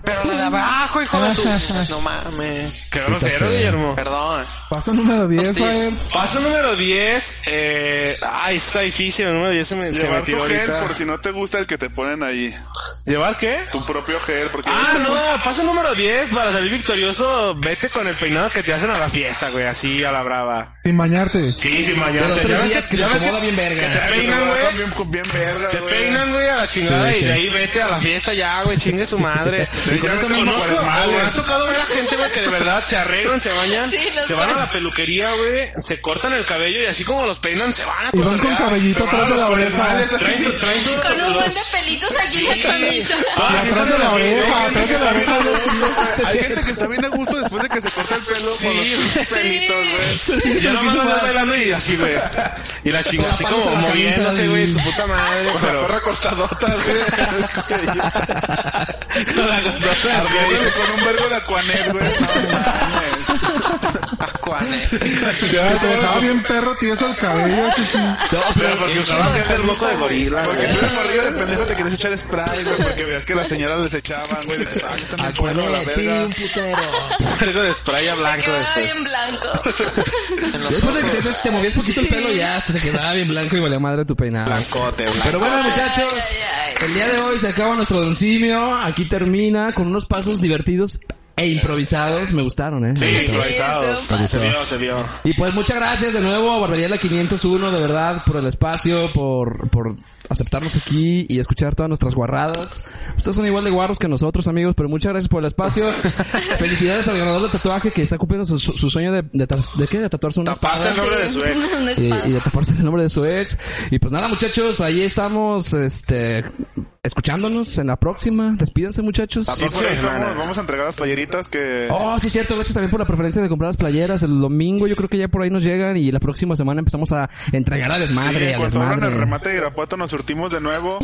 Speaker 5: Pero la de abajo, hijo de tu. No mames.
Speaker 6: Qué grosero, Guillermo.
Speaker 5: Perdón.
Speaker 3: Paso número 10,
Speaker 5: Sí.
Speaker 3: Fael.
Speaker 6: Paso número 10. Eh, ay, está difícil. El número 10 se me, se me
Speaker 4: Llevar tu
Speaker 6: tiró
Speaker 4: gel
Speaker 6: ahorita.
Speaker 4: por si no te gusta el que te ponen ahí.
Speaker 6: ¿Llevar qué?
Speaker 4: Tu propio gel, porque...
Speaker 6: Ah, no, paso número 10. Para salir victorioso, vete con el peinado que te hacen a la fiesta, güey. Así a la brava.
Speaker 3: Sin bañarte.
Speaker 6: Sí, sin
Speaker 2: De
Speaker 6: mañana.
Speaker 2: los tres días que se acomoda bien
Speaker 6: que
Speaker 2: verga.
Speaker 6: te
Speaker 4: Ay,
Speaker 6: peinan,
Speaker 4: te
Speaker 6: güey.
Speaker 4: bajan Bien, bien verga,
Speaker 6: Te
Speaker 4: güey.
Speaker 6: peinan, güey, a la chingada
Speaker 8: Sí,
Speaker 6: y de
Speaker 8: sí.
Speaker 6: ahí vete a la fiesta ya, güey, chingue su madre. Y con
Speaker 4: ya
Speaker 6: eso
Speaker 4: me
Speaker 6: mismo
Speaker 4: conozco,
Speaker 6: cuaresmal, güey.
Speaker 4: güey.
Speaker 6: Has tocado ver a gente, güey, que de verdad se arreglan, se bañan,
Speaker 1: Sí, los
Speaker 6: se van a
Speaker 1: veo.
Speaker 6: la peluquería, güey, se cortan el cabello y así como los peinan, se van a
Speaker 3: Y van con
Speaker 6: cotorrear,
Speaker 3: cabellito
Speaker 6: se van
Speaker 3: atrás
Speaker 6: a
Speaker 3: de la
Speaker 6: los
Speaker 3: oreja.
Speaker 6: cuaresmales, Traen, su- traen su-
Speaker 1: Con un
Speaker 6: los-
Speaker 1: buen de pelitos aquí en la camisa.
Speaker 6: Ah,
Speaker 3: Y atrás de la oreja, atrás de la oreja.
Speaker 4: Hay gente que está bien a gusto después de que se corta el pelo
Speaker 6: Sí,
Speaker 4: con los
Speaker 6: güey.
Speaker 4: pelitos, güey.
Speaker 6: Y ya nomás andan bailando y así, güey. Y la chingada así como
Speaker 2: Solapándose la
Speaker 6: moviéndose,
Speaker 2: camisa,
Speaker 6: güey,
Speaker 2: sí.
Speaker 6: su puta madre,
Speaker 4: Con la
Speaker 6: pero...
Speaker 4: perra cortadota, güey.
Speaker 6: Con la gorra, güey.
Speaker 4: Ardiéndole con un vergo de acuanel, güey. No
Speaker 3: Ya, te dejaba bien perro tieso el cabello. que sí.
Speaker 6: Pero porque usaba gente hermosa de gorila,
Speaker 4: mames. Porque
Speaker 6: güey.
Speaker 4: tú de morrillo de pendejo te querías echar spray, güey. Porque veías que las señoras desechaban, güey. Dices, ah, yo también puedo, la
Speaker 2: Acuérdate, sí,
Speaker 4: verga.
Speaker 2: un putero.
Speaker 6: Algo de spray a
Speaker 1: Te
Speaker 6: blanco
Speaker 1: quedaba
Speaker 6: después.
Speaker 1: bien blanco.
Speaker 2: Después de que te, te movías poquito el pelo, ya se te quedaba bien blanco y valía madre tu peinado.
Speaker 6: Blancote, blanco.
Speaker 2: Pero bueno, muchachos,
Speaker 1: Ay, ay, ay.
Speaker 2: el día de hoy se acaba nuestro doncimio. Aquí termina con unos pasos divertidos e improvisados. Me gustaron, ¿eh? Me gustaron.
Speaker 6: improvisados.
Speaker 1: Sí,
Speaker 6: Se vio, se vio.
Speaker 2: Y pues muchas gracias de nuevo a Barbería La 501, de verdad, por el espacio, por, por aceptarnos aquí y escuchar todas nuestras guarradas. Ustedes son igual de guarros que nosotros, amigos, pero muchas gracias por el espacio. Felicidades al ganador del tatuaje que está cumpliendo su, su- su sueño de, de, ta- ¿de qué? De tatuarse una
Speaker 6: Taparse el nombre de su ex.
Speaker 1: una
Speaker 2: y,
Speaker 1: espada.
Speaker 2: y de taparse el nombre de su ex. Y pues nada, muchachos, ahí estamos, este, escuchándonos en la próxima. Despídanse, muchachos.
Speaker 4: Y por eso vamos, vamos a entregar las playeritas que...
Speaker 2: Oh, sí, cierto. Gracias también por la preferencia de comprar las playeras. El domingo yo creo que ya por ahí nos llegan y la próxima semana empezamos a entregar a desmadre,
Speaker 4: Sí,
Speaker 2: a
Speaker 4: cuando abran el
Speaker 2: desmadre.
Speaker 4: remate de Irapuato nos surtimos de nuevo.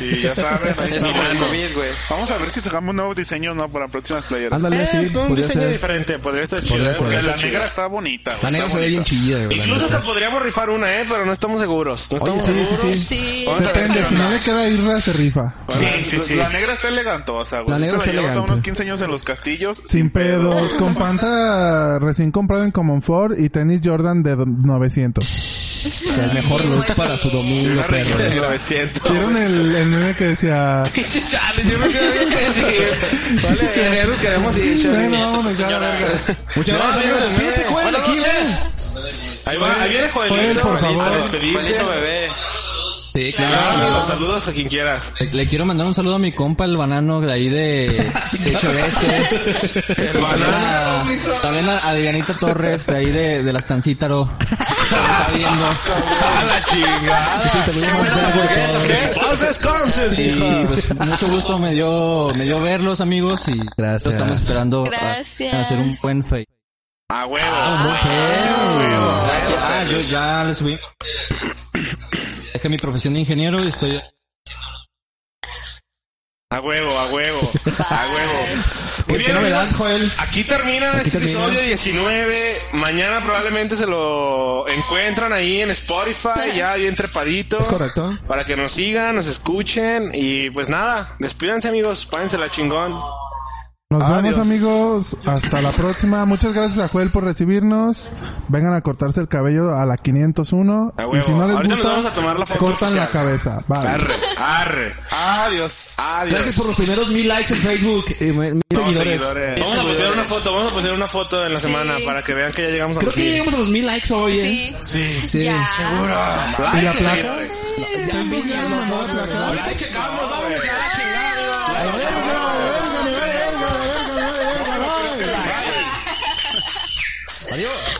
Speaker 4: Y ya saben, ahí
Speaker 5: Es como el
Speaker 4: estamos.
Speaker 5: COVID, güey.
Speaker 4: Vamos a ver si sacamos nuevos diseños no para próximas playeras.
Speaker 2: Ándale, sí,
Speaker 6: Eh, con un
Speaker 2: podría
Speaker 6: diseño
Speaker 2: ser.
Speaker 6: diferente, podría estar chido. ¿eh?
Speaker 4: Porque
Speaker 6: Porque
Speaker 4: la negra está bonita. güey,
Speaker 2: La negra
Speaker 4: está
Speaker 2: se ve bien
Speaker 4: bonita.
Speaker 2: chillida, güey. la
Speaker 6: Incluso
Speaker 2: neta.
Speaker 6: hasta podríamos rifar una, ¿eh? Pero no estamos seguros. No
Speaker 2: Oye,
Speaker 6: estamos
Speaker 2: sí, sí,
Speaker 6: seguros.
Speaker 2: sí.
Speaker 1: Sí.
Speaker 6: Vamos a ver.
Speaker 3: Depende, si no le queda irla, se rifa.
Speaker 6: Sí, sí, sí.
Speaker 4: La negra está elegantosa, güey.
Speaker 2: La negra
Speaker 4: Esta
Speaker 2: está
Speaker 4: llevas
Speaker 2: elegante.
Speaker 4: a unos 15 años en los castillos.
Speaker 3: Sin pedo. Con panta recién comprado en Common Ford y tenis Jordan de 900.
Speaker 2: El mejor look
Speaker 1: Muy
Speaker 2: para su
Speaker 1: bien.
Speaker 2: domingo, perro.
Speaker 6: de 900.
Speaker 3: ¿Vieron el, el meme que decía...
Speaker 6: Pinche chale, yo me quedé bien sí. Vale, guerrero, queremos ir. chale.
Speaker 3: Bueno, vámonos ya, la verga.
Speaker 2: Muchas
Speaker 6: No,
Speaker 2: gracias,
Speaker 6: amigos,
Speaker 2: amigos. Fíjate,
Speaker 6: Buenas
Speaker 2: Joel, aquí,
Speaker 6: noches.
Speaker 2: ven.
Speaker 6: Ahí va, ahí viene
Speaker 3: Joel,
Speaker 6: Joelito.
Speaker 3: por
Speaker 6: Joelito,
Speaker 3: favor.
Speaker 6: a despedirse.
Speaker 5: Maldito bebé.
Speaker 8: Sí,
Speaker 6: Ah, amigos, saludos a quien quieras.
Speaker 8: Le, le quiero mandar un saludo a mi compa, el banano de ahí de, de Choveste.
Speaker 6: El banano,
Speaker 8: También a- También a, a Dianita Torres, de ahí de, de las Tancítaro. Está viendo.
Speaker 6: A la chingada. ¿Qué? Paz descanses,
Speaker 8: Y
Speaker 6: hija.
Speaker 8: pues mucho gusto me dio, me dio verlos, amigos. Y
Speaker 2: Gracias.
Speaker 8: lo estamos esperando a-
Speaker 1: Gracias.
Speaker 8: A, hacer un buen face.
Speaker 6: A huevo. Ah,
Speaker 8: Ah, ya- ah, yo ya le subí. Es que mi profesión de ingeniero y estoy.
Speaker 6: A huevo, a huevo. A huevo. Muy
Speaker 2: ¿Qué- ¿Qué
Speaker 6: bien, amigos.
Speaker 2: novedad, Joel?
Speaker 6: Aquí termina
Speaker 2: Aquí
Speaker 6: este
Speaker 2: termina.
Speaker 6: episodio 19. Mañana probablemente se lo encuentran ahí en Spotify, ya bien trepadito.
Speaker 2: Es correcto.
Speaker 6: Para que nos sigan, nos escuchen. Y pues nada, despídanse amigos, párense la chingón.
Speaker 3: Nos vemos
Speaker 6: Adiós.
Speaker 3: amigos, hasta la próxima. Muchas gracias a Joel por recibirnos. Vengan a cortarse el cabello a la 501
Speaker 6: A
Speaker 3: y
Speaker 6: huevo.
Speaker 3: si no les
Speaker 6: Ahorita nos
Speaker 3: gusta,
Speaker 6: vamos a tomar la
Speaker 3: se
Speaker 6: foto
Speaker 3: cortan
Speaker 6: oficial.
Speaker 3: la cabeza. Vale.
Speaker 6: Arre, arre.
Speaker 4: Adiós.
Speaker 2: Gracias por los primeros mil likes en Facebook. eh, me- Mil
Speaker 4: No,
Speaker 2: seguidores.
Speaker 4: seguidores.
Speaker 6: Vamos a postear una foto, vamos a postear una foto en la semana para que vean que ya llegamos a
Speaker 2: Creo
Speaker 6: los
Speaker 2: que ya
Speaker 6: mil.
Speaker 2: llegamos a los mil likes hoy, ¿eh?
Speaker 1: Sí.
Speaker 2: Sí.
Speaker 1: Ya.
Speaker 6: Likes
Speaker 3: ¿Y la
Speaker 6: y
Speaker 3: placa?
Speaker 6: seguidores. Ahorita checamos, vamos, ya, chingada, amigos.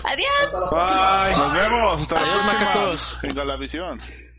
Speaker 1: Adiós.
Speaker 4: Bye. Nos vemos. Hasta la
Speaker 1: Adiós,
Speaker 4: próxima.
Speaker 1: macatos.
Speaker 4: En Galavisión.